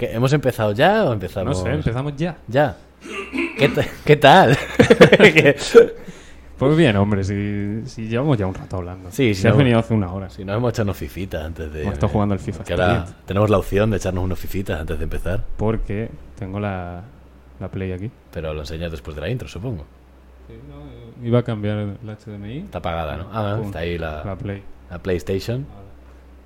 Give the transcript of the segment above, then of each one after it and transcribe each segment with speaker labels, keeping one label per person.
Speaker 1: ¿Qué, ¿Hemos empezado ya o empezamos?
Speaker 2: No sé, empezamos ya.
Speaker 1: Ya. ¿Qué, ta- qué tal?
Speaker 2: Pues bien, hombre, si, si llevamos ya un rato hablando.
Speaker 1: Sí,
Speaker 2: si
Speaker 1: si
Speaker 2: has
Speaker 1: no-
Speaker 2: venido hace una hora.
Speaker 1: si nos hemos echado unos fifitas antes de.
Speaker 2: Hemos estado jugando al FIFA
Speaker 1: Que ahora
Speaker 2: Experience.
Speaker 1: tenemos la opción de echarnos unos fifitas antes de empezar.
Speaker 2: Porque tengo la, la Play aquí.
Speaker 1: Pero lo enseñas después de la intro, supongo.
Speaker 2: eh, Iba a cambiar el HDMI.
Speaker 1: Está apagada, ¿no? Ah,
Speaker 2: Pum,
Speaker 1: está ahí
Speaker 2: La
Speaker 1: la,
Speaker 2: Play.
Speaker 1: la PlayStation.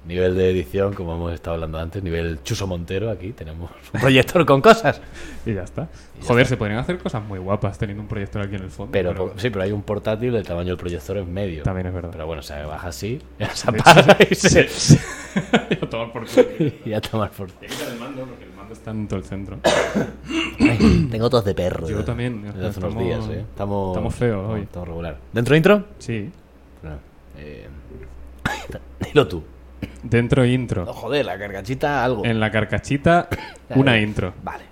Speaker 1: Nivel de edición, como hemos estado hablando antes, nivel Chuso Montero. Aquí tenemos un proyector con cosas.
Speaker 2: Y ya está.
Speaker 1: Y ya
Speaker 2: Joder, se podrían hacer cosas muy guapas teniendo un proyector aquí en el fondo.
Speaker 1: Pero, po- sí, pero hay un portátil del tamaño del proyector en medio.
Speaker 2: También es verdad.
Speaker 1: Pero bueno, se baja así, se
Speaker 2: De
Speaker 1: apaga y
Speaker 2: hecho,
Speaker 1: se.
Speaker 2: sí, sí. Yo tomar por culo. Y
Speaker 1: y a tomar por.
Speaker 2: hay que quitar el mando, porque el mando está en todo el centro.
Speaker 1: Ay, tengo tos de perro.
Speaker 2: Yo
Speaker 1: ya.
Speaker 2: también, ya
Speaker 1: Desde hace
Speaker 2: estamos-
Speaker 1: unos días, ¿eh? Estamos,
Speaker 2: estamos feos
Speaker 1: estamos-
Speaker 2: hoy.
Speaker 1: Estamos regular. ¿Dentro intro?
Speaker 2: Sí.
Speaker 1: No. Eh, dilo tú.
Speaker 2: Dentro intro.
Speaker 1: No, joder, la cargachita, algo.
Speaker 2: En la carcachita,
Speaker 1: Ya,
Speaker 2: una
Speaker 1: ya.
Speaker 2: intro.
Speaker 1: Vale.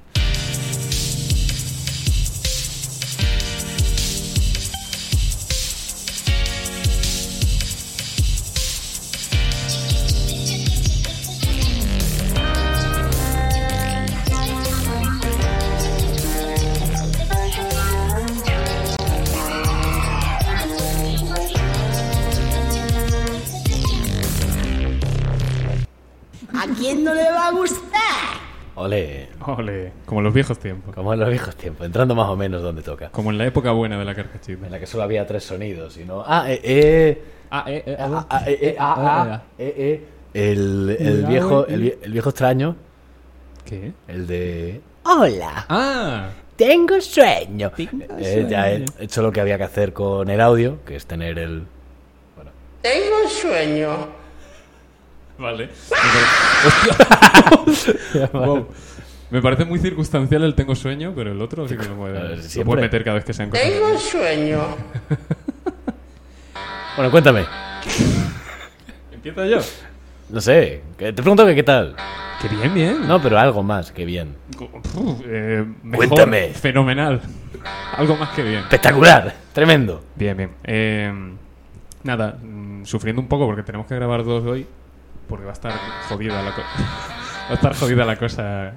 Speaker 3: ¿A quién no le va a gustar?
Speaker 1: Ole,
Speaker 2: Ole, como en los viejos tiempos.
Speaker 1: como en los viejos tiempos, entrando más o menos donde toca.
Speaker 2: Como en la época buena de la carcachita.
Speaker 1: En la que solo había tres sonidos y no. Ah, eh, eh.
Speaker 2: Ah, eh, eh,
Speaker 1: ah, ah, eh, eh, ah, ah, eh, eh. El, el
Speaker 2: Cuidado,
Speaker 1: viejo,
Speaker 2: eh.
Speaker 1: el, vie- el viejo extraño,
Speaker 2: ¿Qué?
Speaker 1: el de. Hola,
Speaker 2: Ah,
Speaker 1: tengo sueño. Eh, ya he
Speaker 2: sueño.
Speaker 1: hecho lo que había que hacer con el audio, que es tener el.
Speaker 3: Tengo sueño.
Speaker 2: vale. Me pare- Wow. Me parece muy circunstancial el tengo sueño, pero el otro sí que lo
Speaker 1: Eh,
Speaker 2: puede, lo
Speaker 1: siempre.
Speaker 2: puede meter cada vez que sean cosas.
Speaker 3: Tengo sueño.
Speaker 1: Bueno, cuéntame.
Speaker 2: Empieza yo.
Speaker 1: No sé, que- te pregunto que qué tal.
Speaker 2: Qué bien, bien.
Speaker 1: No, pero algo más, que bien.
Speaker 2: Uf, eh, mejor,
Speaker 1: Cuéntame.
Speaker 2: Fenomenal. Algo más que bien.
Speaker 1: Espectacular, tremendo.
Speaker 2: Bien, bien. Eh, nada, mm, sufriendo un poco porque tenemos que grabar dos hoy. Porque va a estar jodida la cosa. va a estar jodida la cosa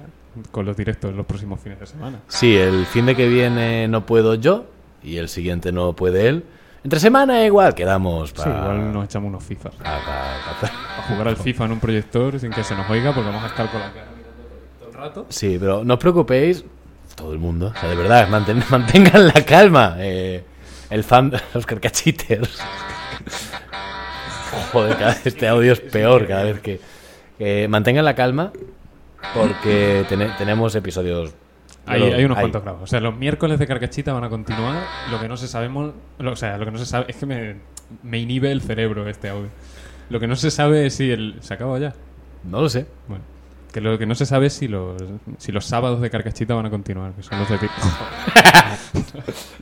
Speaker 2: con los directos los próximos fines de semana.
Speaker 1: Sí, el fin de que viene no puedo yo y el siguiente no puede él. Entre semana igual quedamos
Speaker 2: Sí,
Speaker 1: para...
Speaker 2: igual nos echamos unos FIFA.
Speaker 1: pa- pa- pa-
Speaker 2: A jugar al FIFA en un proyector sin que se nos oiga porque vamos a estar con la cara mirando todo el rato.
Speaker 1: Sí, pero no os preocupéis, todo el mundo. O sea, de verdad, manten- mantengan la calma. eh, el fan, los carcachiters. Joder, cada vez este audio es peor cada vez que... que mantengan la calma porque tene- tenemos episodios...
Speaker 2: Hay,
Speaker 1: Pero-
Speaker 2: hay unos
Speaker 1: hay-
Speaker 2: cuantos grabados. O sea, los miércoles de carcachita van a continuar. Lo que no se sabemos, lo- o sea, lo que no se sabe es que me, me inhibe el cerebro este audio. Lo que no se sabe es si el se acaba ya.
Speaker 1: No lo sé.
Speaker 2: Bueno, que lo que no se sabe es si los, si los sábados de Carcachita van a continuar, que son los de ti.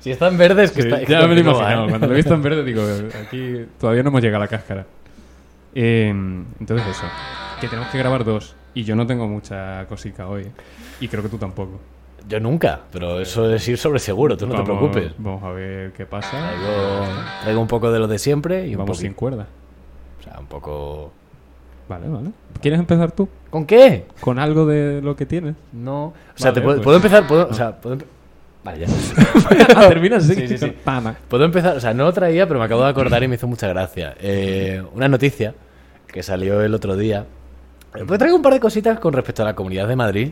Speaker 1: Si están verdes, que
Speaker 2: Sí,
Speaker 1: Ah. está-
Speaker 2: ya me lo he
Speaker 1: continúa,
Speaker 2: imaginado.
Speaker 1: ¿eh?
Speaker 2: Cuando lo he visto en verde, digo, aquí todavía no hemos llegado a la cáscara. Eh, entonces, eso. Que tenemos que grabar dos. Y yo no tengo mucha cosica hoy. Y creo que tú tampoco.
Speaker 1: Yo nunca, pero eso es ir sobre seguro, tú no te
Speaker 2: Vamos-
Speaker 1: preocupes.
Speaker 2: Vamos a ver qué pasa.
Speaker 1: Traigo, traigo un poco de lo de siempre y
Speaker 2: Y
Speaker 1: un,
Speaker 2: vamos sin
Speaker 1: poquito-
Speaker 2: cuerda.
Speaker 1: o sea, un poco...
Speaker 2: Vale, vale. ¿Quieres empezar tú?
Speaker 1: ¿Con qué?
Speaker 2: Con algo de lo que tienes.
Speaker 1: No. O sea, te
Speaker 2: Vale,
Speaker 1: puedo,
Speaker 2: pues.
Speaker 1: puedo empezar... Puedo, o sea, puedo empe- Vale, ya.
Speaker 2: Ah, Termina así.
Speaker 1: Sí, sí, sí.
Speaker 2: Pana.
Speaker 1: Puedo empezar... O sea, no lo traía, pero me acabo de acordar y me hizo mucha gracia. Eh, una noticia que salió el otro día. Eh, Pues traigo un par de cositas con respecto a la Comunidad de Madrid.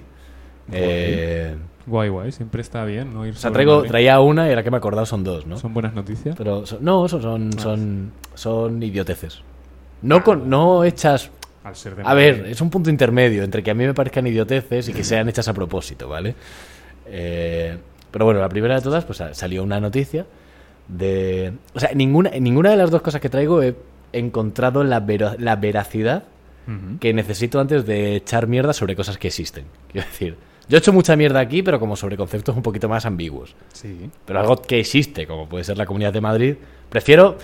Speaker 1: Eh,
Speaker 2: Guay, guay. Siempre está bien no ir
Speaker 1: o sea,
Speaker 2: sobre
Speaker 1: traigo,
Speaker 2: Madrid.
Speaker 1: traía una y ahora que me he acordado son dos, ¿no?
Speaker 2: Son buenas noticias.
Speaker 1: Pero son- no, son, son, son, son idioteces. No, con, no hechas...
Speaker 2: Al ser de
Speaker 1: A ver,
Speaker 2: Madrid.
Speaker 1: es un punto intermedio entre que a mí me parezcan idioteces y que sean hechas a propósito, ¿vale? Eh, pero bueno, la primera de todas, pues sa- salió una noticia de... O sea, ninguna, en ninguna de las dos cosas que traigo he encontrado la, vero- la veracidad
Speaker 2: Ujú.
Speaker 1: que necesito antes de echar mierda sobre cosas que existen. Quiero decir, yo he hecho mucha mierda aquí, pero como sobre conceptos un poquito más ambiguos
Speaker 2: Sí.
Speaker 1: pero algo que existe, como puede ser la Comunidad de Madrid, prefiero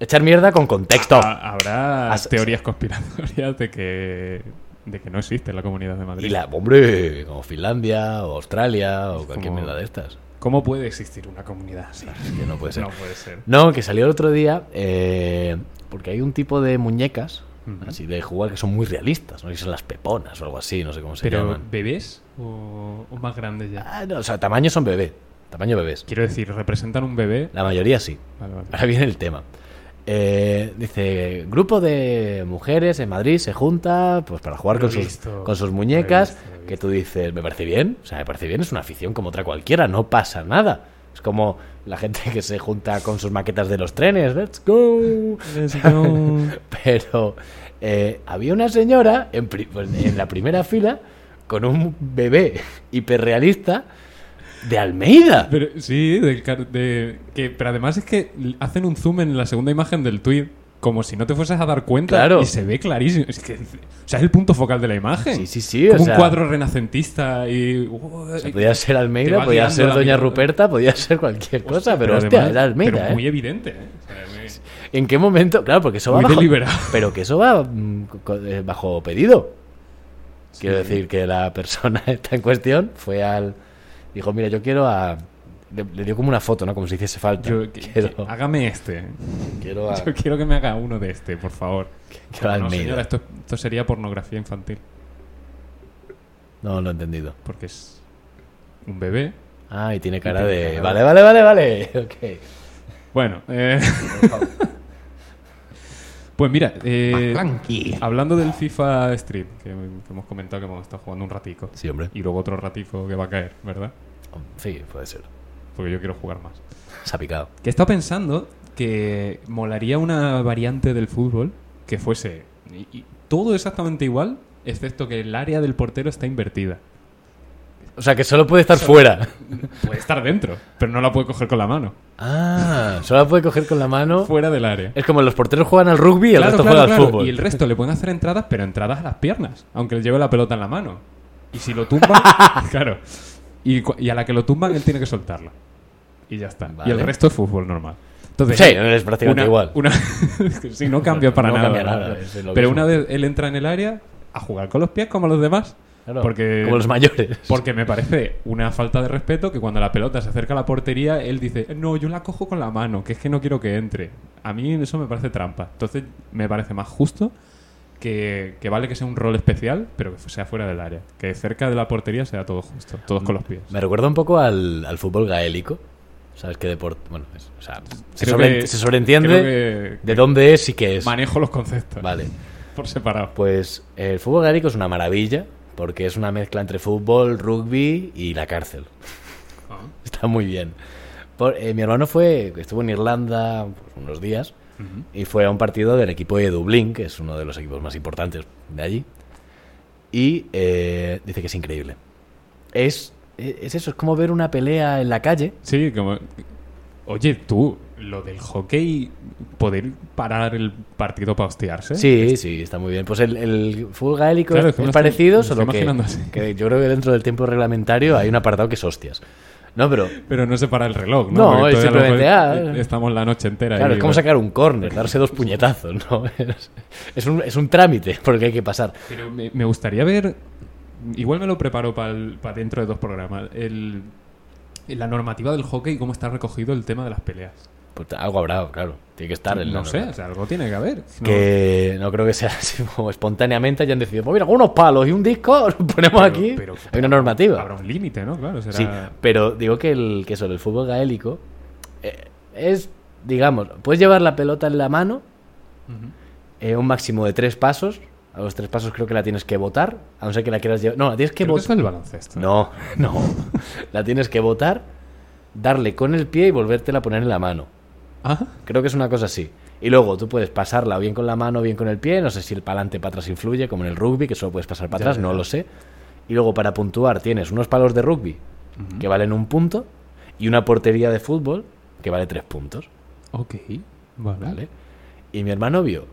Speaker 1: echar mierda con contexto.
Speaker 2: Ha- habrá
Speaker 1: As-
Speaker 2: teorías conspiratorias de que, de que no existe la comunidad de Madrid.
Speaker 1: Y la, hombre, como Finlandia o Australia o cualquier
Speaker 2: como-
Speaker 1: mierda de estas.
Speaker 2: ¿Cómo puede existir una comunidad así?
Speaker 1: Que no puede ser.
Speaker 2: No puede ser.
Speaker 1: No, que salió el otro día, eh, porque hay un tipo de muñecas
Speaker 2: Ujú.
Speaker 1: así de jugar, que son muy realistas, ¿no? Y son las peponas o algo así, no sé cómo se
Speaker 2: ¿Pero
Speaker 1: llaman.
Speaker 2: bebés o, o más grandes ya?
Speaker 1: Ah, no, o sea, tamaño son bebé, tamaño bebés.
Speaker 2: Quiero decir, ¿representan un bebé?
Speaker 1: La mayoría sí.
Speaker 2: Vale, vale.
Speaker 1: Ahora viene el tema. Eh, dice, grupo de mujeres en Madrid se junta pues para jugar
Speaker 2: Lo
Speaker 1: con
Speaker 2: he
Speaker 1: sus,
Speaker 2: visto,
Speaker 1: con sus
Speaker 2: lo he
Speaker 1: muñecas,
Speaker 2: visto, lo he
Speaker 1: que
Speaker 2: visto.
Speaker 1: tú dices, me parece bien, o sea, me parece bien, es una afición como otra cualquiera, no pasa nada. Es como la gente que se junta con sus maquetas de los trenes, let's go. Pero eh, había una señora en, pri- pues, en la primera fila con un bebé hiperrealista de Almeida.
Speaker 2: Pero, sí, del car- de, que, pero además es que l- hacen un zoom en la segunda imagen del tweet como si no te fueses a dar cuenta
Speaker 1: Claro.
Speaker 2: y se ve clarísimo. Es que, dice- o sea, es el punto focal de la imagen.
Speaker 1: Sí, sí, sí, o
Speaker 2: Como un
Speaker 1: sea-
Speaker 2: cuadro renacentista y...
Speaker 1: O sea, podía ser Almeida,
Speaker 2: va
Speaker 1: podía
Speaker 2: guiando
Speaker 1: ser
Speaker 2: la
Speaker 1: Doña
Speaker 2: mirada.
Speaker 1: Ruperta, podía ser cualquier cosa,
Speaker 2: Hostia,
Speaker 1: pero, hostia,
Speaker 2: además-
Speaker 1: era Almeida,
Speaker 2: pero
Speaker 1: ¿eh?
Speaker 2: muy evidente. ¿eh? O sea, me-
Speaker 1: ¿En qué momento? Claro, porque eso
Speaker 2: Muy
Speaker 1: va bajo,
Speaker 2: deliberado.
Speaker 1: pero que eso va mm, co- eh, bajo pedido. Quiero decir que la persona esta en cuestión fue al dijo, "Mira, yo quiero a le, le dio como una foto, ¿no? Como si hiciese falta.
Speaker 2: yo- que-
Speaker 1: quiero,
Speaker 2: que- hágame este.
Speaker 1: quiero a,
Speaker 2: Yo quiero que me haga uno de este, por favor.
Speaker 1: quiero a
Speaker 2: No, señora,
Speaker 1: Almeida.
Speaker 2: esto, esto sería pornografía infantil.
Speaker 1: No lo he entendido.
Speaker 2: Porque es un bebé.
Speaker 1: Ah, y tiene cara
Speaker 2: tiene
Speaker 1: de
Speaker 2: cara.
Speaker 1: Vale, vale, vale, vale. Ok.
Speaker 2: Bueno, eh, pues mira, eh, hablando del FIFA Street, que, que hemos comentado que hemos estado jugando un ratico.
Speaker 1: Sí, hombre.
Speaker 2: Y luego otro ratico que va a caer, ¿verdad?
Speaker 1: Sí, puede ser.
Speaker 2: Porque yo quiero jugar más.
Speaker 1: Se ha picado.
Speaker 2: Que he estado pensando que molaría una variante del fútbol que fuese y- y todo exactamente igual, excepto que el área del portero está invertida.
Speaker 1: O sea, que solo puede estar fuera.
Speaker 2: Puede estar dentro, pero no la puede coger con la mano.
Speaker 1: Ah, solo la puede coger con la mano.
Speaker 2: Fuera del área.
Speaker 1: Es como los porteros juegan al rugby y el resto juega al fútbol.
Speaker 2: Y el resto le pueden hacer entradas, pero entradas a las piernas, aunque le lleve la pelota en la mano. Y si lo tumban, claro. Y, cu- y a la que lo tumban, él tiene que soltarla. Y ya está.
Speaker 1: Vale.
Speaker 2: Y el resto es fútbol normal. Entonces,
Speaker 1: Sí, es prácticamente
Speaker 2: una-
Speaker 1: igual.
Speaker 2: una- sí, no cambia para
Speaker 1: No
Speaker 2: nada.
Speaker 1: cambia
Speaker 2: ¿verdad?
Speaker 1: nada, es lo
Speaker 2: pero
Speaker 1: mismo.
Speaker 2: una vez él entra en el área, a jugar con los pies como los demás.
Speaker 1: Claro,
Speaker 2: porque
Speaker 1: Como los mayores.
Speaker 2: porque me parece una falta de respeto que cuando la pelota se acerca a la portería, él dice, no, yo la cojo con la mano, que es que no quiero que entre. A mí eso me parece trampa. Entonces me parece más justo que, que vale que sea un rol especial, pero que sea fuera del área. Que cerca de la portería sea todo justo, todos con los pies.
Speaker 1: Me recuerda un poco al, al fútbol gaélico. ¿Sabes qué deporte? Bueno, es- o sea, se,
Speaker 2: Creo
Speaker 1: sobre-
Speaker 2: que-
Speaker 1: se sobreentiende
Speaker 2: creo que
Speaker 1: de dónde es y qué es.
Speaker 2: manejo los conceptos.
Speaker 1: Vale.
Speaker 2: Por separado.
Speaker 1: Pues el fútbol gaélico es una maravilla porque es una mezcla entre fútbol, rugby y la cárcel. Está muy bien. Por- eh, mi hermano fue, estuvo en Irlanda pues, unos días y fue a un partido del equipo de Dublín, que es uno de los equipos más importantes de allí. Y eh, dice que es increíble. Es, e, es eso, es como ver una pelea en la calle.
Speaker 2: Sí, como... Oye, tú, lo del hockey, poder parar el partido para hostiarse.
Speaker 1: Sí, sí, está muy bien. Pues el, el fútbol gaélico
Speaker 2: Claro,
Speaker 1: es-
Speaker 2: es que
Speaker 1: es,
Speaker 2: me lo estoy-
Speaker 1: parecido,
Speaker 2: me lo
Speaker 1: solo
Speaker 2: estoy
Speaker 1: que,
Speaker 2: imaginando así.
Speaker 1: que yo creo que dentro del tiempo reglamentario hay un apartado que es hostias. No, pero
Speaker 2: Pero no se para el reloj, ¿no?
Speaker 1: No,
Speaker 2: Porque
Speaker 1: es
Speaker 2: todavía
Speaker 1: simplemente,
Speaker 2: a lo mejor
Speaker 1: ah,
Speaker 2: estamos la noche entera.
Speaker 1: Claro,
Speaker 2: y,
Speaker 1: es como
Speaker 2: bueno,
Speaker 1: sacar un córner, darse dos puñetazos, ¿no? Es, es un, es un trámite porque hay que pasar.
Speaker 2: pero me, me gustaría ver. Igual me lo preparo para dentro de dos programas. El, la normativa del hockey y cómo está recogido el tema de las peleas.
Speaker 1: Pues algo habrá, claro. Tiene que estar en la
Speaker 2: no sé,
Speaker 1: norma.
Speaker 2: o sea, algo tiene que haber.
Speaker 1: Que no creo que sea así como espontáneamente hayan decidido, pues mira, con unos palos y un disco, lo ponemos
Speaker 2: No, pero-
Speaker 1: aquí.
Speaker 2: pero-
Speaker 1: hay una
Speaker 2: pero
Speaker 1: normativa.
Speaker 2: Habrá un límite, ¿no? Claro, será.
Speaker 1: Sí, pero digo que, el, que eso, el fútbol gaélico eh, es, digamos, puedes llevar la pelota en la mano
Speaker 2: Ujú.
Speaker 1: eh, un máximo de tres pasos. A los tres pasos creo que la tienes que votar, a no ser que la quieras llevar. No, la tienes que
Speaker 2: Creo que
Speaker 1: votar.
Speaker 2: eso es el baloncesto.
Speaker 1: No, no. La tienes que botar, darle con el pie y volvértela a poner en la mano.
Speaker 2: Ah,
Speaker 1: Creo que es una cosa así. Y luego tú puedes pasarla o bien con la mano o bien con el pie. No sé si el para adelante para atrás influye, como en el rugby, que solo puedes pasar para
Speaker 2: Ya,
Speaker 1: atrás,
Speaker 2: ya,
Speaker 1: no
Speaker 2: ya.
Speaker 1: lo sé. Y luego para puntuar tienes unos palos de rugby que valen un punto y una portería de fútbol que vale tres puntos.
Speaker 2: ok. Vale.
Speaker 1: ¿Vale? Y mi hermano vio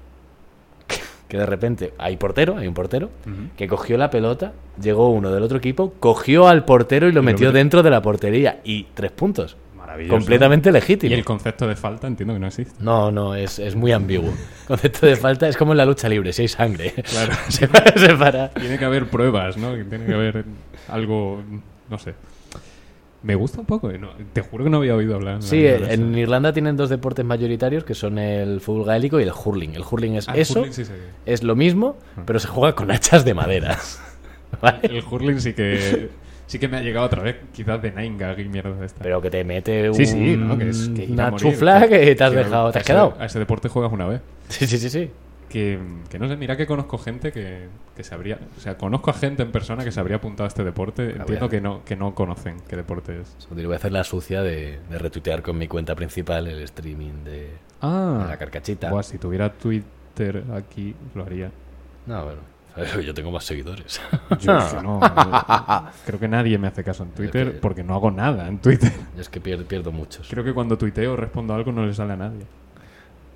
Speaker 1: que de repente hay portero, hay un portero,
Speaker 2: Ujú.
Speaker 1: que cogió la pelota, llegó uno del otro equipo, cogió al portero y lo
Speaker 2: lo
Speaker 1: metió
Speaker 2: metió.
Speaker 1: dentro de la portería. Y tres puntos.
Speaker 2: Maravilloso.
Speaker 1: Completamente
Speaker 2: Y
Speaker 1: legítimo.
Speaker 2: el concepto de falta entiendo que no existe.
Speaker 1: No, no, es, es muy ambiguo. El concepto de falta es como en la lucha libre, si hay sangre.
Speaker 2: Claro.
Speaker 1: se para, se para.
Speaker 2: Tiene que haber pruebas, ¿no? Que Tiene que haber algo, no sé. Me gusta un poco. eh, no- te juro que no había oído hablar.
Speaker 1: Sí,
Speaker 2: la verdad.
Speaker 1: en Irlanda tienen dos deportes mayoritarios que son el fútbol gaélico y el hurling. El hurling es
Speaker 2: Ah, el
Speaker 1: eso,
Speaker 2: hurling sí Ah. sé que-
Speaker 1: es lo mismo, pero se juega con hachas de madera. ¿Vale?
Speaker 2: El hurling sí que sí que me ha llegado otra vez, quizás de Nine Gag y mierda de esta.
Speaker 1: Pero que te mete un,
Speaker 2: sí, sí, no, que es que iba a
Speaker 1: una
Speaker 2: morir.
Speaker 1: chufla que te has
Speaker 2: Sí,
Speaker 1: dejado, te
Speaker 2: a
Speaker 1: has
Speaker 2: ese-
Speaker 1: quedado.
Speaker 2: A ese deporte juegas una vez.
Speaker 1: Sí, sí, sí, sí.
Speaker 2: Que, que no sé, mira que conozco gente que, que se habría. O sea, conozco a gente en persona que se habría apuntado a este deporte. Entiendo
Speaker 1: bien.
Speaker 2: que no, que no conocen qué deporte es.
Speaker 1: Solo te voy a hacer la sucia de, de retuitear con mi cuenta principal el streaming de,
Speaker 2: Ah,
Speaker 1: de la carcachita.
Speaker 2: Buah, si tuviera Twitter aquí, lo haría.
Speaker 1: No, bueno, yo tengo más seguidores.
Speaker 2: Yo es que no, no, Creo que nadie me hace caso en Twitter
Speaker 1: que-
Speaker 2: porque no hago nada en Twitter.
Speaker 1: Yo es que pierdo, pierdo muchos.
Speaker 2: Creo que cuando tuiteo o respondo algo no le sale a nadie.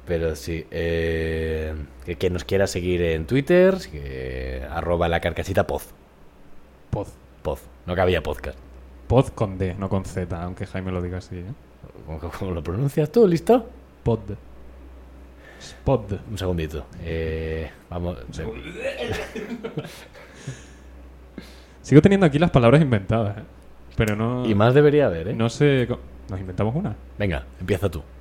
Speaker 1: Pero sí, eh, que quien nos quiera seguir en Twitter, que- arroba la carcachita poz.
Speaker 2: Pod.
Speaker 1: Poz. No cabía podcast.
Speaker 2: Pod con D, no con Z, aunque Jaime lo diga así. ¿eh?
Speaker 1: ¿Cómo, cómo lo pronuncias tú? ¿Listo?
Speaker 2: Pod. Pod.
Speaker 1: Un segundito. Eh, vamos.
Speaker 2: Sigo teniendo aquí las palabras inventadas, ¿eh? pero no.
Speaker 1: Y más debería haber, ¿eh?
Speaker 2: No sé. co- Nos inventamos una.
Speaker 1: Venga, empieza tú.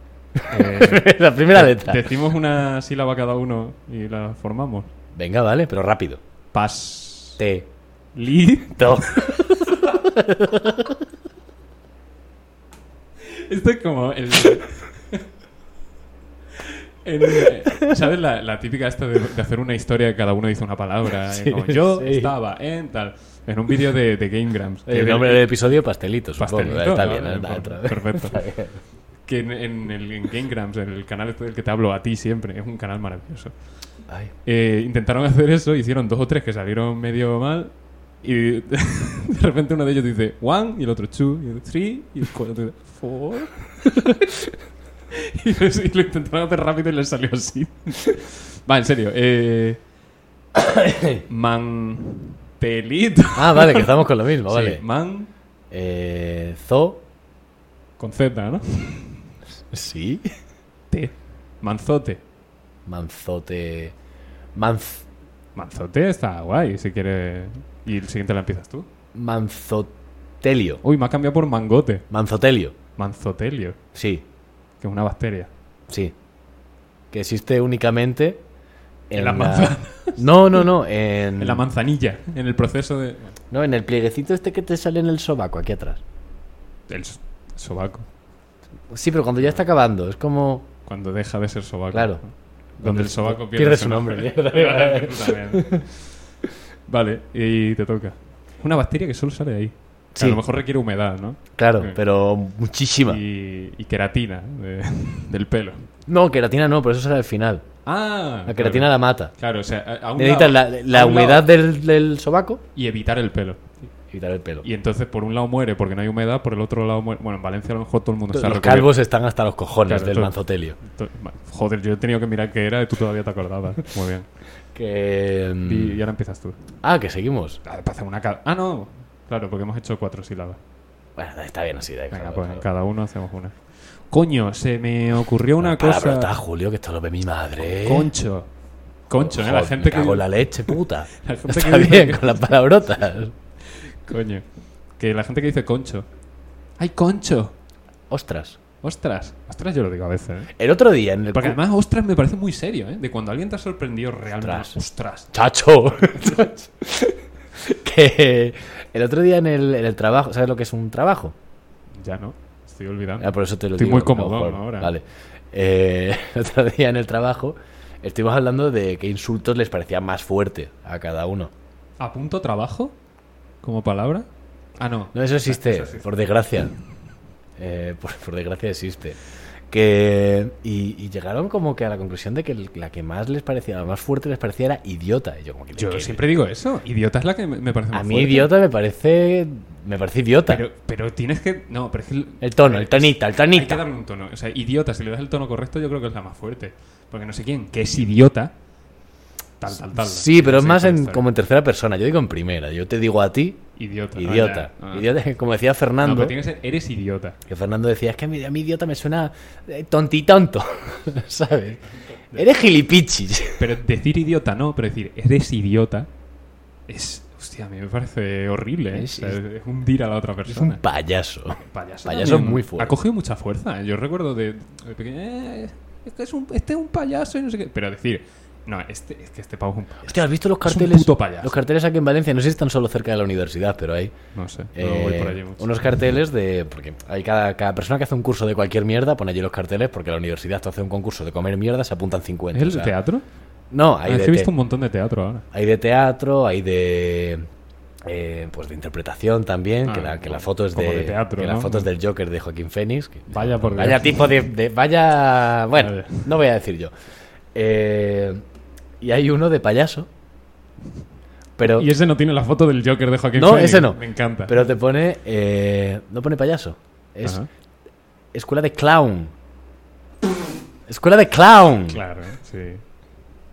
Speaker 2: Eh,
Speaker 1: la primera letra.
Speaker 2: decimos una sílaba cada uno y la formamos.
Speaker 1: Venga, vale, pero rápido.
Speaker 2: Pas.
Speaker 1: Te.
Speaker 2: Li.
Speaker 1: To.
Speaker 2: Esto es como el. el- eh, ¿Sabes la, la típica esta de, de hacer una historia que cada uno dice una palabra? eh?
Speaker 1: Sí,
Speaker 2: Como, yo
Speaker 1: sí.
Speaker 2: estaba en tal. En un vídeo de, de Game Grumps. que
Speaker 1: El
Speaker 2: de-
Speaker 1: nombre del episodio, pastelito, supongo.
Speaker 2: Pastelito,
Speaker 1: Está
Speaker 2: ¿no?
Speaker 1: bien,
Speaker 2: Eh,
Speaker 1: está-
Speaker 2: por-
Speaker 1: otra vez.
Speaker 2: perfecto. que en, en el en Game Grumps, en el canal este del que te hablo a ti siempre, es un canal maravilloso.
Speaker 1: Ay,
Speaker 2: Eh, intentaron hacer eso, hicieron dos o tres que salieron medio mal. Y de repente uno de ellos dice one, y el otro two, y el three, y el cuatro dice four. y, lo, y lo intentaron hacer rápido y les salió así. Va, en serio. Eh, mantelito.
Speaker 1: Ah, vale, que estamos con lo mismo,
Speaker 2: Sí,
Speaker 1: vale.
Speaker 2: man
Speaker 1: Eh, zo.
Speaker 2: con Z, ¿no?
Speaker 1: Sí.
Speaker 2: T. Manzote.
Speaker 1: Manzote. Manz.
Speaker 2: Manzote está guay, si quieres. Y el siguiente la empiezas tú.
Speaker 1: Manzotelio.
Speaker 2: Uy, me ha cambiado por mangote.
Speaker 1: Manzotelio.
Speaker 2: Manzotelio,
Speaker 1: Sí,
Speaker 2: que es una bacteria.
Speaker 1: sí. Que existe únicamente.
Speaker 2: En las manzanas.
Speaker 1: No, no, no. En,
Speaker 2: En la manzanilla, en el proceso de.
Speaker 1: No, en el plieguecito este que te sale en el sobaco, aquí atrás.
Speaker 2: El s- sobaco. Pues
Speaker 1: Sí, pero cuando ya está acabando, es como.
Speaker 2: Cuando deja de ser sobaco.
Speaker 1: Claro.
Speaker 2: Donde el sobaco pierde,
Speaker 1: pierde su nombre.
Speaker 2: Exactamente. vale, y te toca. Es una bacteria que solo sale de ahí. Que
Speaker 1: Sí.
Speaker 2: A lo mejor requiere humedad, ¿no?
Speaker 1: Claro,
Speaker 2: Sí.
Speaker 1: pero muchísima.
Speaker 2: Y, y queratina de- del pelo.
Speaker 1: No, queratina no, pero eso será el final.
Speaker 2: Ah,
Speaker 1: La queratina la mata.
Speaker 2: Claro, o sea, a- a un
Speaker 1: Necesitas la,
Speaker 2: lado-
Speaker 1: la
Speaker 2: a un
Speaker 1: humedad
Speaker 2: lado
Speaker 1: del, del sobaco
Speaker 2: y evitar el pelo.
Speaker 1: y quitar el pelo.
Speaker 2: Y entonces por un lado muere porque no hay humedad, por el otro lado muere. Bueno, en Valencia a lo mejor todo el mundo está
Speaker 1: Los
Speaker 2: recubierto.
Speaker 1: calvos están hasta los cojones
Speaker 2: Claro,
Speaker 1: del
Speaker 2: todo.
Speaker 1: manzotelio.
Speaker 2: To- ma- Joder, yo he tenido que mirar qué era y tú todavía te acordabas. Muy bien.
Speaker 1: Que. mm,
Speaker 2: Y, y ahora empiezas tú.
Speaker 1: Ah, que seguimos.
Speaker 2: Ah, para hacer una ca- Ah, no. Claro, porque hemos hecho cuatro sílabas.
Speaker 1: Bueno, está bien así, da igual,
Speaker 2: Venga,
Speaker 1: claro,
Speaker 2: pues en
Speaker 1: claro.
Speaker 2: cada uno hacemos una. Coño, se me ocurrió una
Speaker 1: Para, pero está
Speaker 2: cosa.
Speaker 1: Julio, que esto lo ve mi madre.
Speaker 2: Concho. Concho, ¿eh?
Speaker 1: Joder,
Speaker 2: La gente
Speaker 1: me
Speaker 2: que.
Speaker 1: cago en la leche, puta.
Speaker 2: La gente
Speaker 1: Está
Speaker 2: que dice
Speaker 1: bien,
Speaker 2: que-
Speaker 1: con las palabrotas.
Speaker 2: Coño. Que la gente que dice concho. ¡Ay, concho!
Speaker 1: Ostras.
Speaker 2: ¡Ostras! Ostras, yo lo digo a veces. ¿eh?
Speaker 1: El otro día en el.
Speaker 2: Porque
Speaker 1: cu-
Speaker 2: además, ostras me parece muy serio, ¿eh? De cuando alguien te ha sorprendido realmente.
Speaker 1: Ostras.
Speaker 2: ¡Ostras!
Speaker 1: ¡Chacho! que el otro día en el, en el trabajo, ¿sabes lo que es un trabajo?
Speaker 2: Ya no. Estoy olvidando.
Speaker 1: Ah, por eso te lo
Speaker 2: Estoy
Speaker 1: digo,
Speaker 2: muy
Speaker 1: a lo
Speaker 2: cómodo
Speaker 1: mejor.
Speaker 2: ahora.
Speaker 1: Vale. Eh, el otro día en el trabajo estuvimos hablando de qué insultos les parecía más fuerte a cada uno.
Speaker 2: ¿A punto trabajo? ¿Como palabra? Ah, no.
Speaker 1: No, eso existe,
Speaker 2: Eso existe.
Speaker 1: por desgracia. Eh, por, por desgracia existe. Que, y, y llegaron como que a la conclusión de que el- la que más les parecía, la más fuerte les parecía era idiota. Y yo, como que,
Speaker 2: Yo
Speaker 1: que-
Speaker 2: siempre digo eso. Idiota es la que me- me parece más
Speaker 1: a mí
Speaker 2: fuerte.
Speaker 1: idiota me parece me parece idiota.
Speaker 2: Pero, pero tienes que. No, pero es que.
Speaker 1: el tono, el tonita, el
Speaker 2: Hay que
Speaker 1: tonita.
Speaker 2: darle un tono. O sea, idiota, si le das el tono correcto, yo creo que es la más fuerte. Porque no sé quién, que es idiota. Tal, tal, tal.
Speaker 1: Sí, pero es más en,
Speaker 2: historia.
Speaker 1: como en tercera persona. Yo digo en primera. Yo te digo a ti,
Speaker 2: Idiota. ¿no?
Speaker 1: idiota.
Speaker 2: Ya, ah.
Speaker 1: Idiota, como decía
Speaker 2: No,
Speaker 1: Fernando.
Speaker 2: pero tiene que ser. Eres idiota.
Speaker 1: Que Fernando decía, es que a mí, a mí idiota me suena eh, tontitonto, ¿sabes? Eres gilipichis.
Speaker 2: Pero decir idiota no, pero decir eres idiota es. hostia, Hostia, a mí me parece horrible. ¿eh?
Speaker 1: Es-
Speaker 2: O sea, es hundir a la otra
Speaker 1: Es un
Speaker 2: persona.
Speaker 1: payaso.
Speaker 2: payaso.
Speaker 1: payaso
Speaker 2: también
Speaker 1: muy fuerte.
Speaker 2: Ha cogido mucha fuerza. ¿eh? Yo recuerdo de, de pequeño. "Eh, es que es un, este es un payaso y no sé qué. Pero decir, no, este, es que este pavo es un payaso.
Speaker 1: Hostia, ¿has visto los
Speaker 2: Es un
Speaker 1: carteles?
Speaker 2: puto payaso.
Speaker 1: Los carteles aquí en Valencia, no sé si están solo cerca de la universidad, pero hay
Speaker 2: No sé, no
Speaker 1: eh,
Speaker 2: voy por allí mucho.
Speaker 1: unos carteles de. Porque hay cada, cada persona que hace un curso de cualquier mierda pone allí los carteles, porque la universidad te hace un concurso de comer mierda, se apuntan 50.
Speaker 2: ¿Es el
Speaker 1: o sea,
Speaker 2: teatro?
Speaker 1: No,
Speaker 2: Ah,
Speaker 1: hay
Speaker 2: es
Speaker 1: de
Speaker 2: que he visto
Speaker 1: te-
Speaker 2: un montón de teatro ahora.
Speaker 1: Hay de teatro, hay de. eh, pues de interpretación también,
Speaker 2: Ah,
Speaker 1: que, la, que la
Speaker 2: como-
Speaker 1: foto es
Speaker 2: como
Speaker 1: de.
Speaker 2: de teatro,
Speaker 1: que
Speaker 2: ¿no?
Speaker 1: la foto es del Joker de Joaquín Phoenix. que-
Speaker 2: Vaya por
Speaker 1: Vaya tipo de. de- vaya. Bueno,
Speaker 2: Vale.
Speaker 1: no voy a decir yo. Eh, y hay uno de payaso. Pero.
Speaker 2: Y ese no tiene la foto del Joker de Joaquín
Speaker 1: no,
Speaker 2: Phoenix.
Speaker 1: ese no.
Speaker 2: Me encanta.
Speaker 1: Pero te pone. eh, no pone payaso. Es
Speaker 2: Ajá.
Speaker 1: escuela de clown. Escuela de clown.
Speaker 2: Claro, sí.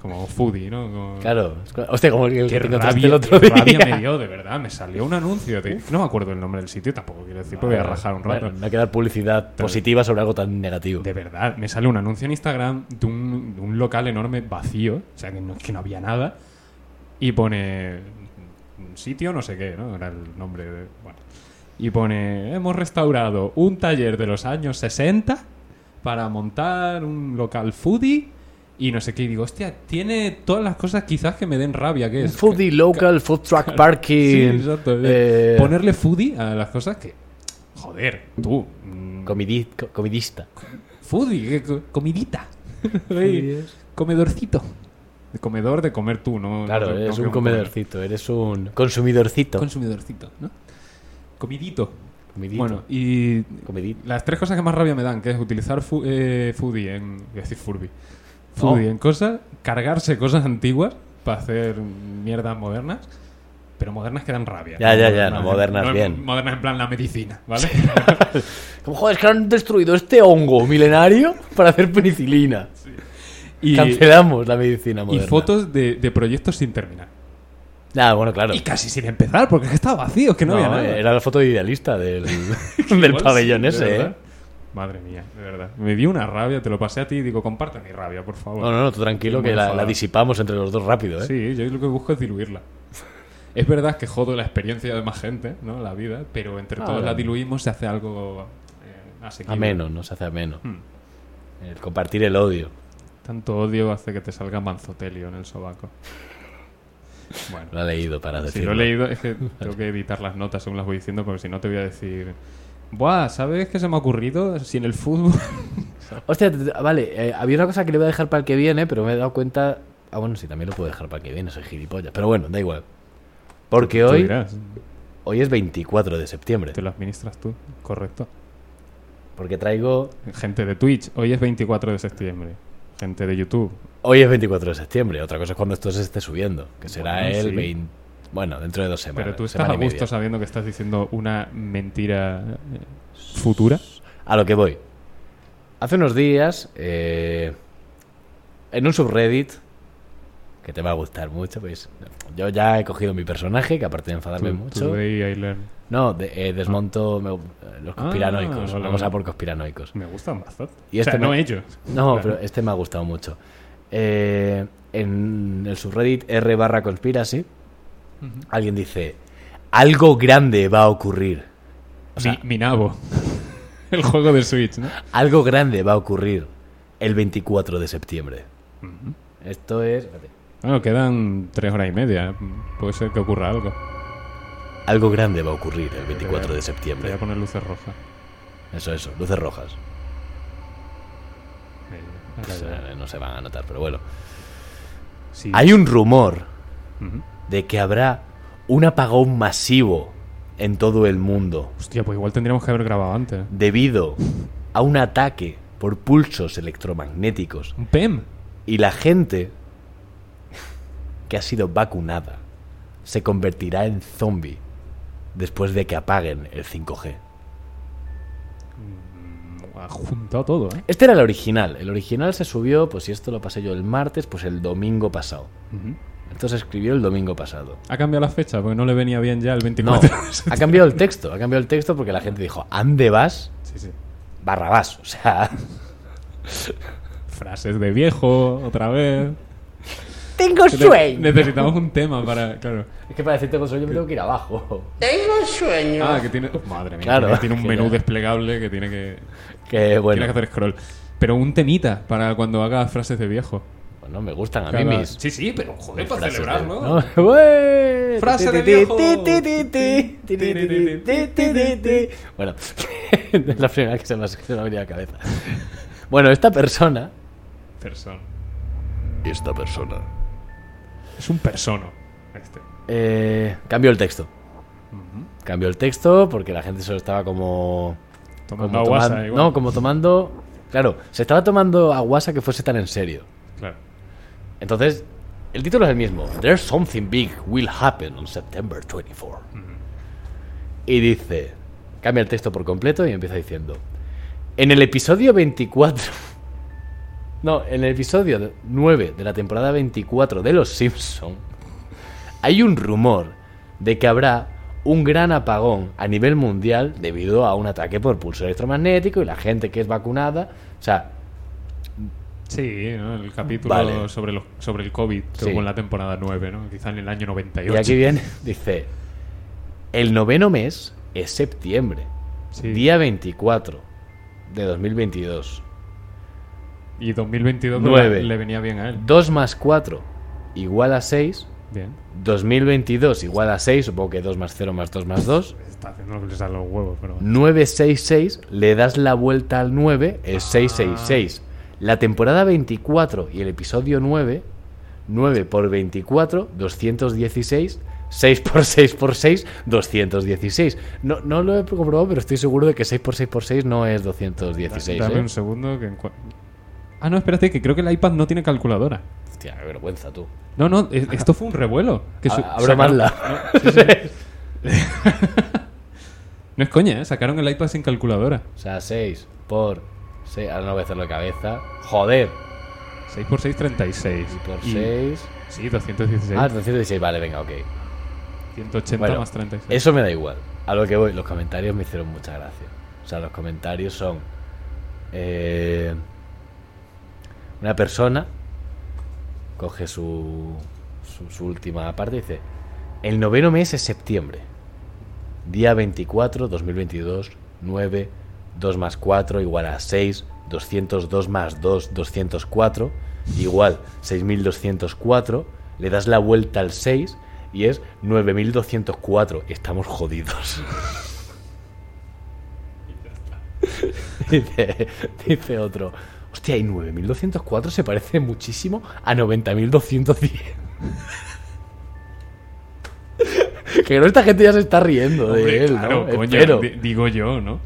Speaker 2: Como foodie, ¿no? Como-
Speaker 1: Claro. escuela- hostia, como el que
Speaker 2: Qué
Speaker 1: te encontraste
Speaker 2: rabia,
Speaker 1: el otro
Speaker 2: qué
Speaker 1: día.
Speaker 2: rabia me dio, de verdad. Me salió un anuncio. De, no me acuerdo el nombre del sitio, tampoco quiero decir, porque voy a rajar un rato.
Speaker 1: Bueno, no hay que dar publicidad positiva sobre algo tan negativo.
Speaker 2: De verdad, me sale un anuncio en Instagram de un, de un local enorme vacío, o sea, que no, que no había nada, y pone un sitio, no sé qué, ¿no? Era el nombre de... Bueno. Y pone, hemos restaurado un taller de los años 60 para montar un local foodie y no sé qué. Y digo, hostia, tiene todas las cosas quizás que me den rabia, que
Speaker 1: Un
Speaker 2: es...
Speaker 1: Foodie local, food truck
Speaker 2: Sí,
Speaker 1: parking.
Speaker 2: exacto.
Speaker 1: eh,
Speaker 2: Ponerle foodie a las cosas que... Joder, tú... mm,
Speaker 1: comidi- co- comidista.
Speaker 2: Foodie, que co- comidita. Comedorcito. De comedor de comer tú, ¿no?
Speaker 1: Claro,
Speaker 2: No- no
Speaker 1: eres
Speaker 2: que
Speaker 1: un comedorcito, eres un consumidorcito.
Speaker 2: Consumidorcito, ¿no? Comidito.
Speaker 1: Comidito.
Speaker 2: Bueno, y
Speaker 1: Comidi-
Speaker 2: las tres cosas que más rabia me dan, que es utilizar fu- eh, foodie en... Voy a decir Furby. Foodie
Speaker 1: Oh.
Speaker 2: en cosas, cargarse cosas antiguas para hacer mierdas modernas, pero modernas que dan rabia.
Speaker 1: Ya, ya, ya, no,
Speaker 2: en-
Speaker 1: modernas
Speaker 2: en-
Speaker 1: bien.
Speaker 2: Modernas en plan la medicina, ¿vale?
Speaker 1: Como, joder, es que han destruido este hongo milenario para hacer penicilina.
Speaker 2: y,
Speaker 1: Cancelamos la medicina
Speaker 2: y
Speaker 1: moderna.
Speaker 2: fotos de, de proyectos sin terminar.
Speaker 1: Ah, bueno, claro.
Speaker 2: Y casi sin empezar, porque es que estaba vacío, es que no, había nada.
Speaker 1: Era la foto idealista del,
Speaker 2: Igual
Speaker 1: del
Speaker 2: sí,
Speaker 1: pabellón
Speaker 2: de
Speaker 1: ese,
Speaker 2: verdad.
Speaker 1: ¿eh?
Speaker 2: Madre mía, de verdad. Me dio una rabia, te lo pasé a ti y digo, comparte mi rabia, por favor.
Speaker 1: No, no, no, tú tranquilo
Speaker 2: Muy
Speaker 1: que la,
Speaker 2: enfadado.
Speaker 1: la disipamos entre los dos rápido, ¿eh?
Speaker 2: Sí, yo lo que busco es diluirla. Es verdad que jodo la experiencia de más gente, ¿no? La vida, pero entre
Speaker 1: Ah,
Speaker 2: todos la
Speaker 1: bueno.
Speaker 2: diluimos se hace algo eh, asequible.
Speaker 1: Ameno, nos hace ameno.
Speaker 2: Hmm.
Speaker 1: El compartir el odio.
Speaker 2: Tanto odio hace que te salga manzotelio en el sobaco. Bueno,
Speaker 1: Lo ha leído para
Speaker 2: si
Speaker 1: decirlo.
Speaker 2: lo he leído, es que tengo que editar las notas según las voy diciendo, porque si no te voy a decir. Buah, ¿sabes qué se me ha ocurrido? Si en el fútbol.
Speaker 1: Hostia, t- t- vale, eh, había una cosa que le voy a dejar para el que viene, pero me he dado cuenta. Ah, bueno, sí, también lo puedo dejar para el que viene, soy gilipollas. Pero bueno, da igual. Porque
Speaker 2: Tú
Speaker 1: hoy,
Speaker 2: dirás.
Speaker 1: hoy es 24 de septiembre.
Speaker 2: Te lo administras tú, correcto.
Speaker 1: Porque traigo.
Speaker 2: Gente de Twitch, hoy es 24 de septiembre. Gente de YouTube.
Speaker 1: Hoy es 24 de septiembre. Otra cosa es cuando esto se esté subiendo, que será
Speaker 2: Bueno,
Speaker 1: el
Speaker 2: sí.
Speaker 1: 20. Bueno, dentro de dos semanas.
Speaker 2: Pero tú estás
Speaker 1: semana
Speaker 2: a
Speaker 1: y
Speaker 2: gusto
Speaker 1: media.
Speaker 2: sabiendo que estás diciendo una mentira eh, futura.
Speaker 1: A lo que voy. Hace unos días, eh, en un subreddit, que te va a gustar mucho, pues yo ya he cogido mi personaje, que aparte de enfadarme
Speaker 2: Tú-
Speaker 1: mucho...
Speaker 2: tú de ahí, Ailen.
Speaker 1: No, de- eh, desmonto me- eh, los
Speaker 2: Ah,
Speaker 1: conspiranoicos,
Speaker 2: vale,
Speaker 1: vamos a
Speaker 2: vale.
Speaker 1: por conspiranoicos.
Speaker 2: Me gustan bastante.
Speaker 1: Y
Speaker 2: o sea,
Speaker 1: este
Speaker 2: no
Speaker 1: me-
Speaker 2: ellos.
Speaker 1: No,
Speaker 2: Mm, Claro.
Speaker 1: pero este me ha gustado mucho. Eh, en el subreddit r barra conspiracy, alguien dice, algo grande va a ocurrir. o sea-
Speaker 2: Mi- mi nabo. el juego de Switch, ¿no?
Speaker 1: Algo grande va a ocurrir el 24 de septiembre. Esto es... espérate.
Speaker 2: Bueno, quedan tres horas y media. Puede ser que ocurra algo.
Speaker 1: Algo grande va a ocurrir el 24 de
Speaker 2: Voy a
Speaker 1: septiembre.
Speaker 2: poner luces rojas.
Speaker 1: Eso, eso, luces rojas.
Speaker 2: Ahí, ahora
Speaker 1: Pues,
Speaker 2: ya.
Speaker 1: eh, No se van a notar, pero bueno.
Speaker 2: Sí.
Speaker 1: Hay un rumor
Speaker 2: Ujú.
Speaker 1: de que habrá un apagón masivo en todo el mundo
Speaker 2: Hostia, pues igual tendríamos que haber grabado antes.
Speaker 1: debido a un ataque por pulsos electromagnéticos
Speaker 2: Un E PEM.
Speaker 1: y la gente que ha sido vacunada se convertirá en zombie después de que apaguen el 5G.
Speaker 2: Ha juntado todo, ¿eh?
Speaker 1: Este era el original. El original se subió, pues si esto lo pasé yo el martes, pues el domingo pasado. Esto se escribió el domingo pasado.
Speaker 2: Ha cambiado la fecha porque no le venía bien ya el
Speaker 1: No,
Speaker 2: 24.
Speaker 1: ha cambiado el texto. Ha cambiado el texto porque la gente dijo, ¿ande vas?
Speaker 2: Sí, sí.
Speaker 1: Barrabás. O sea,
Speaker 2: Frases de viejo, otra vez.
Speaker 1: Tengo
Speaker 2: Ne-
Speaker 1: sueño.
Speaker 2: Necesitamos un tema para. Claro.
Speaker 1: Es que para decirte con sueño me tengo que ir abajo.
Speaker 3: Tengo sueño.
Speaker 2: Ah, que tiene. oh, madre mía.
Speaker 1: Claro.
Speaker 2: que tiene un
Speaker 1: Que
Speaker 2: menú
Speaker 1: ya.
Speaker 2: desplegable que tiene que.
Speaker 1: Que bueno.
Speaker 2: Tiene que hacer scroll. Pero un temita para cuando haga frases de viejo.
Speaker 1: Bueno, Pues me gustan a
Speaker 2: Cada-
Speaker 1: mí mis.
Speaker 2: Sí, sí, pero joder, para
Speaker 1: frases de-
Speaker 2: celebrarlo.
Speaker 1: ¿no? ¡Ué!
Speaker 2: Frase de
Speaker 1: Ti, ti,
Speaker 2: viejo.
Speaker 1: ti, ti, ti, ti, ti, ti, ti, ti, ti, ti, ti. Bueno, es la primera que se me ha se me ha venido a la cabeza. Bueno, esta persona.
Speaker 2: Persona.
Speaker 1: Esta persona.
Speaker 2: Es un persona. Este.
Speaker 1: Eh, cambió el texto. Cambió el texto porque la gente solo estaba como.
Speaker 2: Tomando
Speaker 1: como
Speaker 2: aguasa,
Speaker 1: toman-
Speaker 2: igual.
Speaker 1: No, como tomando. Claro, se estaba tomando aguasa que fuese tan en serio.
Speaker 2: Claro.
Speaker 1: Entonces, el título es el mismo. There's something big will happen on September 24. Y dice, cambia el texto por completo y empieza diciendo, en el episodio 24... No, en el episodio 9 de la temporada 24 de Los Simpson hay un rumor de que habrá un gran apagón a nivel mundial debido a un ataque por pulso electromagnético y la gente que es vacunada, o sea,
Speaker 2: Sí, ¿no? el capítulo
Speaker 1: Vale.
Speaker 2: sobre, los- sobre el COVID,
Speaker 1: Sí.
Speaker 2: según la temporada 9, ¿no? quizá en el año 98.
Speaker 1: Y aquí viene, dice, el noveno mes es septiembre,
Speaker 2: Sí.
Speaker 1: día 24 de 2022.
Speaker 2: Y 2022
Speaker 1: Nueve.
Speaker 2: pues, le venía bien a él.
Speaker 1: 2 más 4 igual a 6,
Speaker 2: Bien.
Speaker 1: 2022 igual a 6, supongo que 2 más 0 más 2 más 2.
Speaker 2: Pues Está haciendo lo que le salen los huevos, pero...
Speaker 1: 966, le das la vuelta al 9, es 666. La temporada 24 y el episodio 9, 9 por 24, 216. 6 por 6 por 6, 216. No, no lo he comprobado, pero estoy seguro de que 6 por 6 por 6 no es 216.
Speaker 2: Dame
Speaker 1: ¿eh?
Speaker 2: un segundo que... encua- Ah, no, espérate, que creo que el iPad no tiene calculadora.
Speaker 1: Hostia, qué vergüenza tú.
Speaker 2: No, no, e- esto fue un revuelo. Que su-
Speaker 1: A- Abro
Speaker 2: sacaron-
Speaker 1: más la.
Speaker 2: No es coña, ¿eh? sacaron el iPad sin calculadora.
Speaker 1: O sea, 6 por 6. Ahora no voy a hacerlo de cabeza. Joder.
Speaker 2: 6x6, 36.
Speaker 1: Y por 6.
Speaker 2: Sí, 216.
Speaker 1: Ah, 216. Vale, venga, ok.
Speaker 2: 180
Speaker 1: Bueno,
Speaker 2: más 36.
Speaker 1: Eso me da igual. A lo que voy, los comentarios me hicieron mucha gracia. O sea, los comentarios son. eh, una persona coge su, su, su última parte y dice: El noveno mes es septiembre. Día 24, 2022, 9, 2 más 4 igual a 6, 202 más 2, 204, igual 6204, le das la vuelta al 6 y es 9204, estamos jodidos. dice, dice otro, hostia, y 9204 se parece muchísimo a 90210. Que no, esta gente ya se está riendo de
Speaker 2: Hombre,
Speaker 1: él, ¿no?
Speaker 2: claro, coño,
Speaker 1: Espero.
Speaker 2: di- digo yo, ¿no?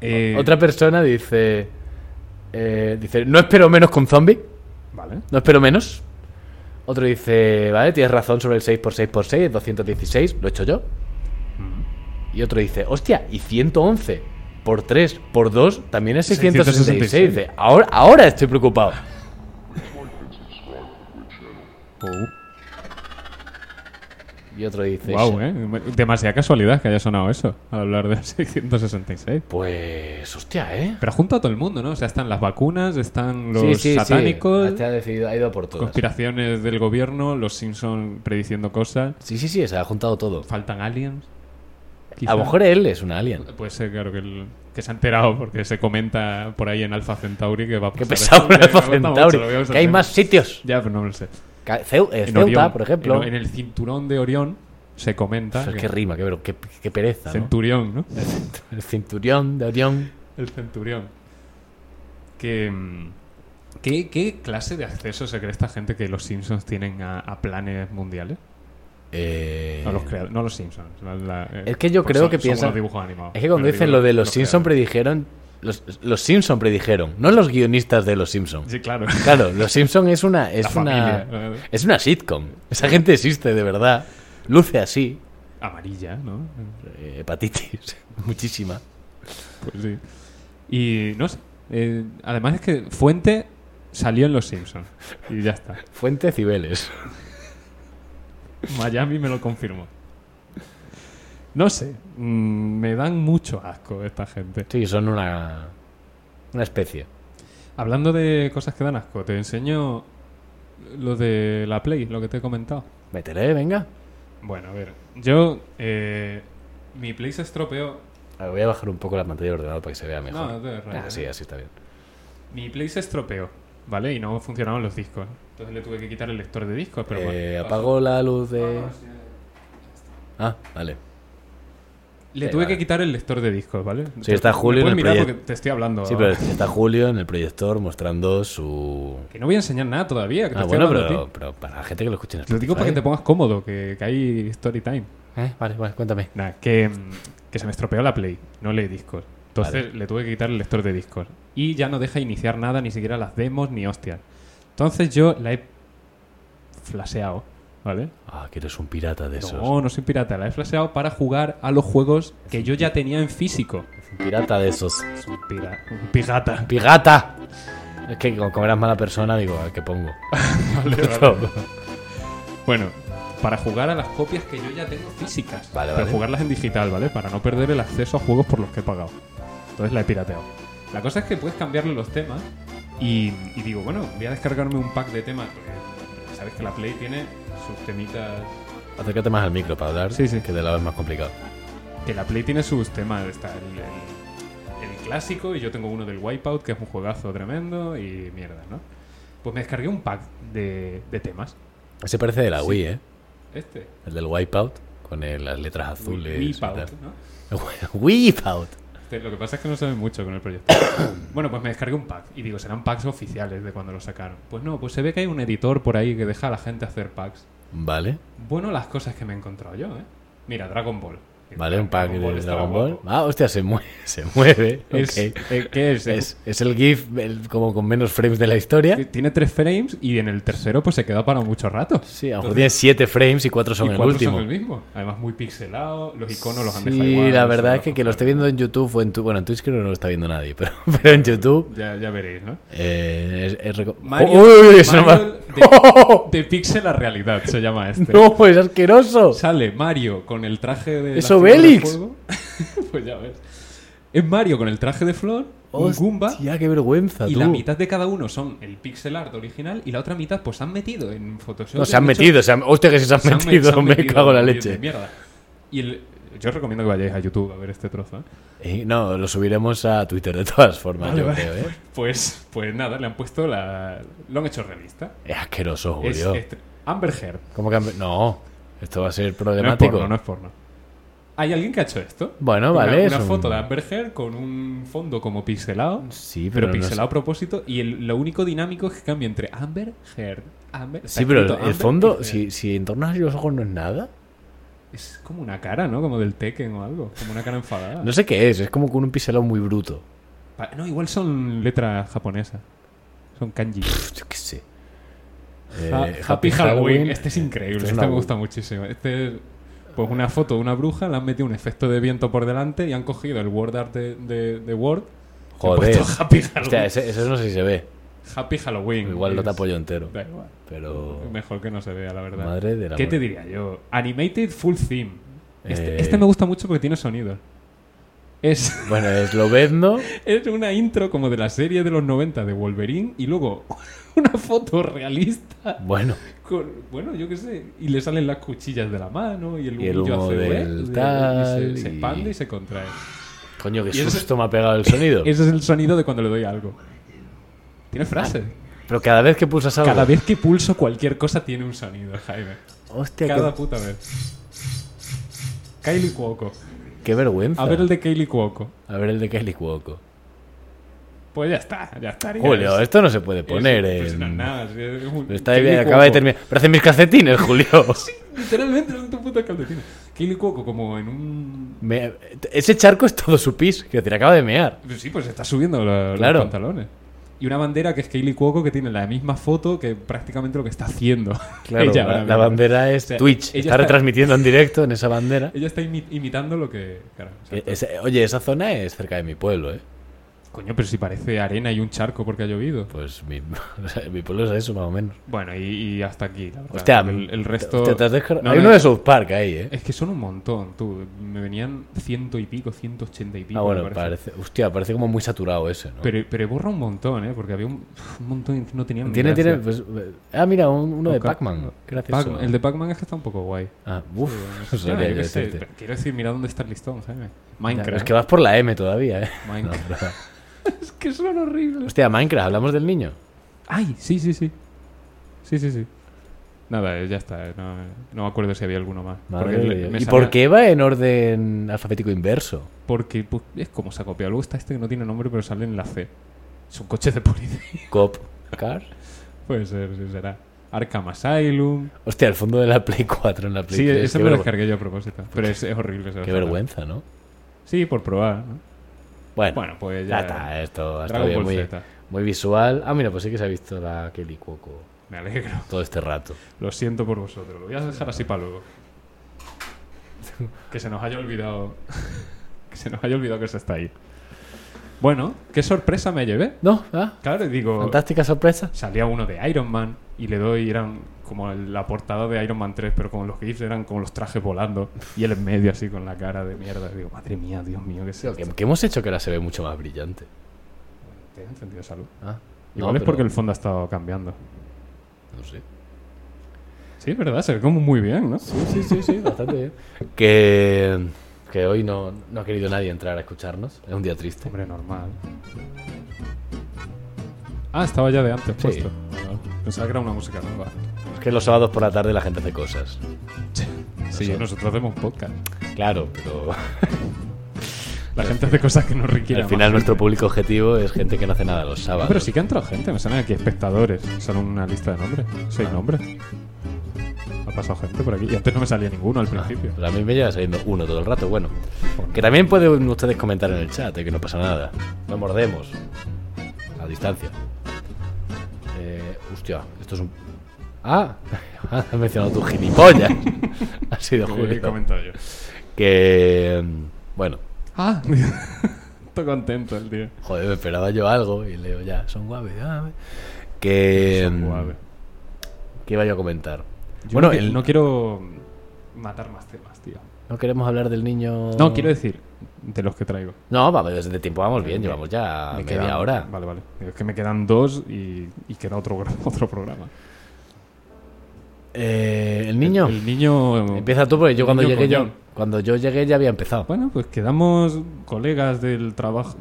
Speaker 2: Eh,
Speaker 1: Otra persona dice. eh, dice, no espero menos con zombie.
Speaker 2: Vale.
Speaker 1: No espero menos. Otro dice, vale, tienes razón sobre el 6x6x6, es 216, lo he hecho yo.
Speaker 2: Mm.
Speaker 1: Y otro dice, hostia, y 111 por 3 por 2 también es 666.
Speaker 2: 666.
Speaker 1: Dice, ahora, ahora estoy preocupado.
Speaker 2: oh.
Speaker 1: Y otro dice,
Speaker 2: Wow, ¿eh? Demasiada casualidad que haya sonado eso al hablar del 666.
Speaker 1: pues, hostia, ¿eh?
Speaker 2: Pero junto a todo el mundo, ¿no? O sea, están las vacunas, están los
Speaker 1: Sí, sí, sí.
Speaker 2: satánicos,
Speaker 1: Este ha decidido, ha ido por todas.
Speaker 2: conspiraciones del gobierno, los Simpson prediciendo cosas,
Speaker 1: Sí, sí, sí, se ha juntado todo.
Speaker 2: faltan aliens. quizá.
Speaker 1: A lo mejor él es un alien.
Speaker 2: Puede ser, claro, que, el- que se ha enterado porque se comenta por ahí en Alpha Centauri que va a
Speaker 1: Qué pesado
Speaker 2: pasar
Speaker 1: un
Speaker 2: esto. Me
Speaker 1: Alfa
Speaker 2: gusta mucho,
Speaker 1: Centauri.
Speaker 2: lo voy a usar
Speaker 1: Que hay
Speaker 2: siempre.
Speaker 1: más sitios.
Speaker 2: Ya, pero no lo sé.
Speaker 1: Ca- Ceu- eh,
Speaker 2: En
Speaker 1: Ceuta,
Speaker 2: Orión,
Speaker 1: por ejemplo.
Speaker 2: En, en el cinturón de Orión se comenta.
Speaker 1: Eso es
Speaker 2: que-
Speaker 1: que rima, qué, pero qué, qué pereza. ¿no?
Speaker 2: Centurión, ¿no?
Speaker 1: El cinturión de Orión.
Speaker 2: El centurión. Que, mm, ¿qué, qué clase de acceso se cree esta gente que los Simpsons tienen a, a planes mundiales?
Speaker 1: Eh,
Speaker 2: No los, creadores, no los Simpsons. la- la- eh,
Speaker 1: Es que yo
Speaker 2: porque
Speaker 1: creo
Speaker 2: son-
Speaker 1: que
Speaker 2: somos
Speaker 1: piensan-
Speaker 2: los dibujos animados.
Speaker 1: es que cuando
Speaker 2: Pero
Speaker 1: dicen
Speaker 2: digo,
Speaker 1: lo de los Simpson
Speaker 2: creadores.
Speaker 1: predijeron. Los, los Simpson predijeron, no los guionistas de los Simpson.
Speaker 2: Sí, claro.
Speaker 1: Claro, los Simpson es una. Es
Speaker 2: La
Speaker 1: una.
Speaker 2: familia. eh,
Speaker 1: Es una sitcom. Esa gente existe, de verdad. Luce así.
Speaker 2: Amarilla, ¿no?
Speaker 1: eh, hepatitis. Muchísima.
Speaker 2: Pues sí. Y no sé. eh, además es que Fuente salió en los Simpsons. Y ya está.
Speaker 1: Fuente Cibeles.
Speaker 2: Miami me lo confirmó. No sé. mm, me dan mucho asco esta gente.
Speaker 1: Sí, son una. Una especie.
Speaker 2: Hablando de cosas que dan asco, te enseño lo de la Play, lo que te he comentado.
Speaker 1: Métele, venga.
Speaker 2: Bueno, a ver. Yo. eh, mi Play se estropeó.
Speaker 1: A ver, Ah, voy a bajar un poco la pantalla del ordenador para que se vea mejor.
Speaker 2: No, no te ves raro,
Speaker 1: Ah, sí,
Speaker 2: ¿eh?
Speaker 1: así está bien.
Speaker 2: Mi Play se estropeó, ¿vale? Y no funcionaban los discos. Entonces le tuve que quitar el lector de discos, pero
Speaker 1: Eh,
Speaker 2: bueno.
Speaker 1: apago la luz de. Ah, vale.
Speaker 2: Le
Speaker 1: Sí,
Speaker 2: tuve
Speaker 1: vale.
Speaker 2: que quitar el lector de discos, ¿vale?
Speaker 1: Sí, está
Speaker 2: Me
Speaker 1: Julio en
Speaker 2: puedes
Speaker 1: el
Speaker 2: mirar
Speaker 1: proyecto.
Speaker 2: porque te estoy hablando.
Speaker 1: Sí, pero está Julio en el proyector mostrando su.
Speaker 2: Que no voy a enseñar nada todavía. Que te
Speaker 1: Ah,
Speaker 2: estoy
Speaker 1: bueno,
Speaker 2: hablando a
Speaker 1: pero,
Speaker 2: ti.
Speaker 1: pero para la gente que lo escuche en
Speaker 2: Lo digo para que te pongas cómodo, que, que hay story time.
Speaker 1: ¿Eh? Vale, vale, cuéntame.
Speaker 2: Nada, que, mm, que se me estropeó la Play, no leí discos. Entonces le tuve que quitar el lector de discos. Y ya no deja iniciar nada, ni siquiera las demos, ni hostias. Entonces yo la he flaseado, ¿vale? oh,
Speaker 1: Ah, que eres un pirata de esos.
Speaker 2: No, no soy pirata, la he flaseado para jugar a los juegos que yo ya tenía en físico.
Speaker 1: Un pirata de esos.
Speaker 2: Es un, pira- un pirata.
Speaker 1: ¡Pirata! Es que como como eras mala persona, digo, ¿a qué pongo?
Speaker 2: Vale, vale.
Speaker 1: Todo.
Speaker 2: Bueno, para jugar a las copias que yo ya tengo físicas.
Speaker 1: Vale,
Speaker 2: Pero
Speaker 1: vale.
Speaker 2: jugarlas en digital, ¿vale? Para no perder el acceso a juegos por los que he pagado. Entonces la he pirateado. La cosa es que puedes cambiarle los temas y, y digo, bueno, voy a descargarme un pack de temas. Porque sabes que la Play tiene sus temitas...
Speaker 1: Acércate más al micro para hablar,
Speaker 2: Sí, sí.
Speaker 1: que de lado es más complicado.
Speaker 2: Que la Play tiene sus temas. Está el, el- el clásico y yo tengo uno del Wipeout, que es un juegazo tremendo y mierda, ¿no? Pues me descargué un pack de, de temas.
Speaker 1: Ese parece de la Wii, ¿eh?
Speaker 2: Este.
Speaker 1: El del Wipeout, con el- las letras azules. y tal.
Speaker 2: Wipeout, ¿no?
Speaker 1: Wipeout.
Speaker 2: Este, Lo que pasa es que no saben mucho con el proyecto. bueno, pues me descargué un pack y digo, serán packs oficiales de cuando lo sacaron. Pues no, pues se ve que hay un editor por ahí que deja a la gente hacer packs.
Speaker 1: Vale,
Speaker 2: Bueno, las cosas que me he encontrado yo, ¿eh. Mira, Dragon Ball.
Speaker 1: vale, un pack de
Speaker 2: estaba
Speaker 1: Dragon Ball.
Speaker 2: guapo.
Speaker 1: Ah, hostia, se mueve. Se mueve.
Speaker 2: Es-
Speaker 1: ok.
Speaker 2: eh, ¿Qué es?
Speaker 1: Es, es el GIF el- como con menos frames de la historia.
Speaker 2: Eh, Tiene tres frames y en el tercero pues se queda para mucho rato.
Speaker 1: Sí, a lo mejor tiene 7 frames y 4 son
Speaker 2: y
Speaker 1: el
Speaker 2: cuatro
Speaker 1: último.
Speaker 2: son el mismo. Además muy pixelado, los iconos los han dejado
Speaker 1: sí,
Speaker 2: igual.
Speaker 1: la
Speaker 2: se
Speaker 1: verdad
Speaker 2: los
Speaker 1: es que
Speaker 2: han
Speaker 1: que lo esté
Speaker 2: dejado.
Speaker 1: viendo en YouTube o en tu, bueno en Twitch creo que no lo está viendo nadie, pero, pero en YouTube
Speaker 2: Ya, ya veréis, ¿no?
Speaker 1: eh, es, es reco-
Speaker 2: Mario-
Speaker 1: ¡Uy! eso no
Speaker 2: Mario
Speaker 1: va-
Speaker 2: de-
Speaker 1: ¡Oh!
Speaker 2: De pixel a realidad se llama este.
Speaker 1: ¡No! ¡Es asqueroso!
Speaker 2: Sale Mario con el traje de. la
Speaker 1: ¡Es
Speaker 2: flor de
Speaker 1: Obelix!
Speaker 2: fuego. pues ya ves. Es Mario con el traje de flor, un Goomba.
Speaker 1: Hostia, qué vergüenza,
Speaker 2: Y
Speaker 1: tú.
Speaker 2: la mitad de cada uno son el pixel art original y la otra mitad pues se han metido en Photoshop.
Speaker 1: No,
Speaker 2: y
Speaker 1: se han
Speaker 2: han hecho-
Speaker 1: metido, se han, hostia que sí se han
Speaker 2: se han me-
Speaker 1: metido,
Speaker 2: se han
Speaker 1: me
Speaker 2: metido
Speaker 1: cago en la
Speaker 2: un vídeo de
Speaker 1: leche.
Speaker 2: mierda. Y el- yo os recomiendo que vayáis a YouTube a ver este trozo. ¿eh?
Speaker 1: Eh, no, lo subiremos a Twitter de todas formas,
Speaker 2: Vale,
Speaker 1: yo
Speaker 2: vale.
Speaker 1: creo, ¿eh?
Speaker 2: Pues, pues nada, le han puesto la... Lo han hecho revista.
Speaker 1: Es asqueroso,
Speaker 2: Es,
Speaker 1: Julio.
Speaker 2: es- Amber Heard.
Speaker 1: ¿Cómo que han- No, esto va a ser
Speaker 2: No es
Speaker 1: problemático.
Speaker 2: porno, no es porno. ¿Hay alguien que ha hecho esto?
Speaker 1: Bueno,
Speaker 2: Una-
Speaker 1: vale,
Speaker 2: Una,
Speaker 1: es un-
Speaker 2: foto de Amber Heard con un fondo como pixelado.
Speaker 1: Sí, pero
Speaker 2: pero
Speaker 1: no sé.
Speaker 2: pixelado a propósito. Y el- lo único dinámico es que cambia entre Amber Heard. Amber, está
Speaker 1: Sí, pero
Speaker 2: escrito
Speaker 1: el- el
Speaker 2: Amber
Speaker 1: fondo,
Speaker 2: Heard.
Speaker 1: si, si entornas los ojos no es nada.
Speaker 2: Es como una cara, ¿no? Como del Tekken o algo. Como una cara enfadada.
Speaker 1: No sé qué es, es como con un pixelado muy bruto.
Speaker 2: Pa- no, igual son letras japonesas. Son kanji.
Speaker 1: Pff, Yo qué sé.
Speaker 2: Ha-
Speaker 1: Eh,
Speaker 2: Happy, Halloween. Este es increíble.
Speaker 1: Este
Speaker 2: Este,
Speaker 1: es una-
Speaker 2: me gusta muchísimo. Este es pues una foto de una bruja, le han metido un efecto de viento por delante y han cogido el word art de, de- de Word. y han
Speaker 1: Joder.
Speaker 2: puesto Happy Halloween.
Speaker 1: Hostia, ese- eso no sé si se ve.
Speaker 2: Happy Halloween.
Speaker 1: Igual lo
Speaker 2: Es-
Speaker 1: tapo yo entero.
Speaker 2: Da igual.
Speaker 1: Pero.
Speaker 2: Mejor que no se vea, la verdad.
Speaker 1: Madre de la
Speaker 2: ¿Qué
Speaker 1: muerte.
Speaker 2: te diría yo? Animated Full Theme. Este,
Speaker 1: Eh.
Speaker 2: este me gusta mucho porque tiene sonido. Es,
Speaker 1: Bueno, es lobezno.
Speaker 2: es una intro como de la serie de los 90 de Wolverine y luego una foto realista
Speaker 1: Bueno,
Speaker 2: con- bueno, yo qué sé. Y le salen las cuchillas de la mano y el
Speaker 1: Y el
Speaker 2: humillo
Speaker 1: humo
Speaker 2: hace
Speaker 1: del
Speaker 2: de-
Speaker 1: tal,
Speaker 2: y se, se
Speaker 1: y-
Speaker 2: expande y se contrae.
Speaker 1: coño, qué
Speaker 2: Y ese-
Speaker 1: susto me ha pegado el sonido.
Speaker 2: Ese es el sonido de cuando le doy a algo. Tiene frase.
Speaker 1: Pero cada vez que pulsas algo.
Speaker 2: Cada vez que pulso cualquier cosa tiene un sonido, Jaime.
Speaker 1: Hostia,
Speaker 2: Cada
Speaker 1: qué,
Speaker 2: puta vez. Kylie Cuoco.
Speaker 1: qué vergüenza.
Speaker 2: A ver el de Kylie Cuoco.
Speaker 1: A ver el de Kylie Cuoco.
Speaker 2: Pues ya está, ya estaría.
Speaker 1: Julio,
Speaker 2: Es-
Speaker 1: esto no se puede
Speaker 2: es-
Speaker 1: poner
Speaker 2: pues no es
Speaker 1: en.
Speaker 2: nada, sí, es un-
Speaker 1: Está
Speaker 2: Kylie
Speaker 1: acaba de
Speaker 2: Cuoco.
Speaker 1: terminar. Pero hace mis calcetines, Julio.
Speaker 2: Literalmente, no tu puta calcetina. Kylie Cuoco como en un
Speaker 1: Me- Ese charco es todo su pis. Quiero decir, acaba de mear.
Speaker 2: Pues Sí, pues está subiendo lo-
Speaker 1: Claro.
Speaker 2: los pantalones. Y una bandera que es Kaylee Cuoco que tiene la misma foto que prácticamente lo que está haciendo.
Speaker 1: Claro,
Speaker 2: ella
Speaker 1: la- la,
Speaker 2: ahora mismo.
Speaker 1: bandera es
Speaker 2: O sea,
Speaker 1: Twitch.
Speaker 2: ella
Speaker 1: Está, retransmitiendo en directo en esa bandera.
Speaker 2: Ella está imi- imitando lo que. claro, o sea,
Speaker 1: E- ese- oye, esa zona es cerca de mi pueblo, ¿eh?
Speaker 2: Coño, pero si parece arena y un charco porque ha llovido.
Speaker 1: Pues mi, o sea, mi pueblo es eso, más o menos.
Speaker 2: Bueno, y, y hasta aquí, la verdad.
Speaker 1: Hostia,
Speaker 2: el, el resto.
Speaker 1: te- te has descargado-
Speaker 2: No,
Speaker 1: Hay
Speaker 2: no,
Speaker 1: uno de South Park ahí, ¿eh?
Speaker 2: Es que son un montón, tú. Me venían ciento y pico, ciento ochenta y pico.
Speaker 1: Ah, bueno,
Speaker 2: me parece.
Speaker 1: parece. Hostia, parece como muy saturado ese, ¿no?
Speaker 2: Pero, pero borra un montón, ¿eh? Porque había un, un montón que no tenían. ni
Speaker 1: tiene,
Speaker 2: gracia.
Speaker 1: tiene. pues, ah, mira, un- uno de
Speaker 2: Oca-
Speaker 1: Pac-Man. Gracias.
Speaker 2: Pac- el de Pac-Man es que está un poco guay.
Speaker 1: Ah, uff.
Speaker 2: Ya, yo qué sé, pero quiero decir, mira dónde está el listón, Jaime. Minecraft.
Speaker 1: este, Es que vas por la M todavía, ¿eh?
Speaker 2: Minecraft.
Speaker 1: No, pero-
Speaker 2: Es que son horribles.
Speaker 1: Hostia, Minecraft, hablamos del niño.
Speaker 2: Ay, sí, sí, sí. Sí, sí, sí. Nada, eh, ya está. eh, No, no me acuerdo si había alguno más.
Speaker 1: Madre
Speaker 2: Porque
Speaker 1: de
Speaker 2: le-
Speaker 1: Dios.
Speaker 2: me
Speaker 1: ¿Y
Speaker 2: salía-
Speaker 1: por qué va en orden alfabético inverso?
Speaker 2: Porque pues, es como se ha copiado. Luego está este que no tiene nombre, pero sale en la C. Son coches de policía.
Speaker 1: Cop. Car.
Speaker 2: Puede ser, sí, será. Arkham Asylum.
Speaker 1: Hostia, el fondo de la Play 4 en la Play
Speaker 2: Sí,
Speaker 1: 3, qué
Speaker 2: ese me
Speaker 1: vergüenza.
Speaker 2: lo descargué yo a propósito. Pero es, es horrible. ese
Speaker 1: Qué
Speaker 2: Arkham.
Speaker 1: vergüenza, ¿no?
Speaker 2: Sí, por probar. ¿no?
Speaker 1: Bueno,
Speaker 2: Bueno, pues
Speaker 1: ya
Speaker 2: ya.
Speaker 1: está, esto está
Speaker 2: Dragon
Speaker 1: bien,
Speaker 2: Ball
Speaker 1: muy,
Speaker 2: Z.
Speaker 1: muy visual. Ah, mira, pues sí que se ha visto la Kelly Cuoco
Speaker 2: Me alegro.
Speaker 1: todo este rato.
Speaker 2: Lo siento por vosotros. Lo voy a dejar así para luego. Que se nos haya olvidado. que se nos haya olvidado que se está ahí. Bueno, qué sorpresa me llevé.
Speaker 1: No, ah,
Speaker 2: Claro, y digo.
Speaker 1: fantástica sorpresa.
Speaker 2: Salía uno de Iron Man y le doy. Eran como el- la portada de Iron Man 3, pero con los GIFs eran con los trajes volando. Y él en medio así con la cara de mierda. Y digo, madre mía, Dios mío, qué se.
Speaker 1: Que, que hemos hecho que ahora se ve mucho más brillante.
Speaker 2: Te he encendido salud.
Speaker 1: Ah,
Speaker 2: Igual
Speaker 1: no,
Speaker 2: es porque
Speaker 1: pero-
Speaker 2: el fondo ha estado cambiando.
Speaker 1: No sé.
Speaker 2: Sí, es verdad, se ve como muy bien, ¿no?
Speaker 1: Sí, sí, sí, bastante bien. Que, que hoy no, no ha querido nadie entrar a escucharnos. Es un día triste.
Speaker 2: Hombre, normal. Ah, estaba ya de antes
Speaker 1: Sí.
Speaker 2: puesto. Pensaba que era una música nueva.
Speaker 1: Es que los sábados por la tarde la gente hace cosas.
Speaker 2: Sí, nosotros hacemos podcast.
Speaker 1: Claro, pero
Speaker 2: La gente hace cosas que no requieren.
Speaker 1: al final nuestro público objetivo es gente que no hace nada los sábados.
Speaker 2: Pero sí que ha entrado gente, me salen aquí espectadores. Salen una lista de nombres. Seis nombres. Ha pasado gente por aquí. Y antes no me salía ninguno al principio.
Speaker 1: Pues a mí me lleva saliendo uno todo el rato. Bueno, que también pueden ustedes comentar en el chat, eh, que no pasa nada. No mordemos. A distancia. Eh, hostia, esto es un. Ah, has mencionado tu gilipollas. ha sido
Speaker 2: Que he
Speaker 1: Julio.
Speaker 2: comentado yo.
Speaker 1: Que. mm, Bueno,
Speaker 2: Ah, estoy contento el tío.
Speaker 1: joder, me esperaba yo algo y leo ya, son guaves. ah, Que. mm,
Speaker 2: Guave.
Speaker 1: ¿Qué iba yo a comentar?
Speaker 2: Yo
Speaker 1: bueno,
Speaker 2: no, qui-
Speaker 1: el-
Speaker 2: no quiero matar más temas, tío.
Speaker 1: no queremos hablar del niño.
Speaker 2: No, quiero decir, de los que traigo.
Speaker 1: No, vamos, desde tiempo vamos bien, llevamos ya
Speaker 2: Me
Speaker 1: media
Speaker 2: quedan-
Speaker 1: hora.
Speaker 2: Vale, vale. Es que me quedan dos y, y queda otro, gra- otro programa.
Speaker 1: Eh, el niño.
Speaker 2: El niño. em,
Speaker 1: Empieza tú porque yo
Speaker 2: el
Speaker 1: cuando
Speaker 2: niño
Speaker 1: llegué yo,
Speaker 2: coñón.
Speaker 1: cuando yo llegué ya había empezado.
Speaker 2: Bueno, pues quedamos colegas del trabajo.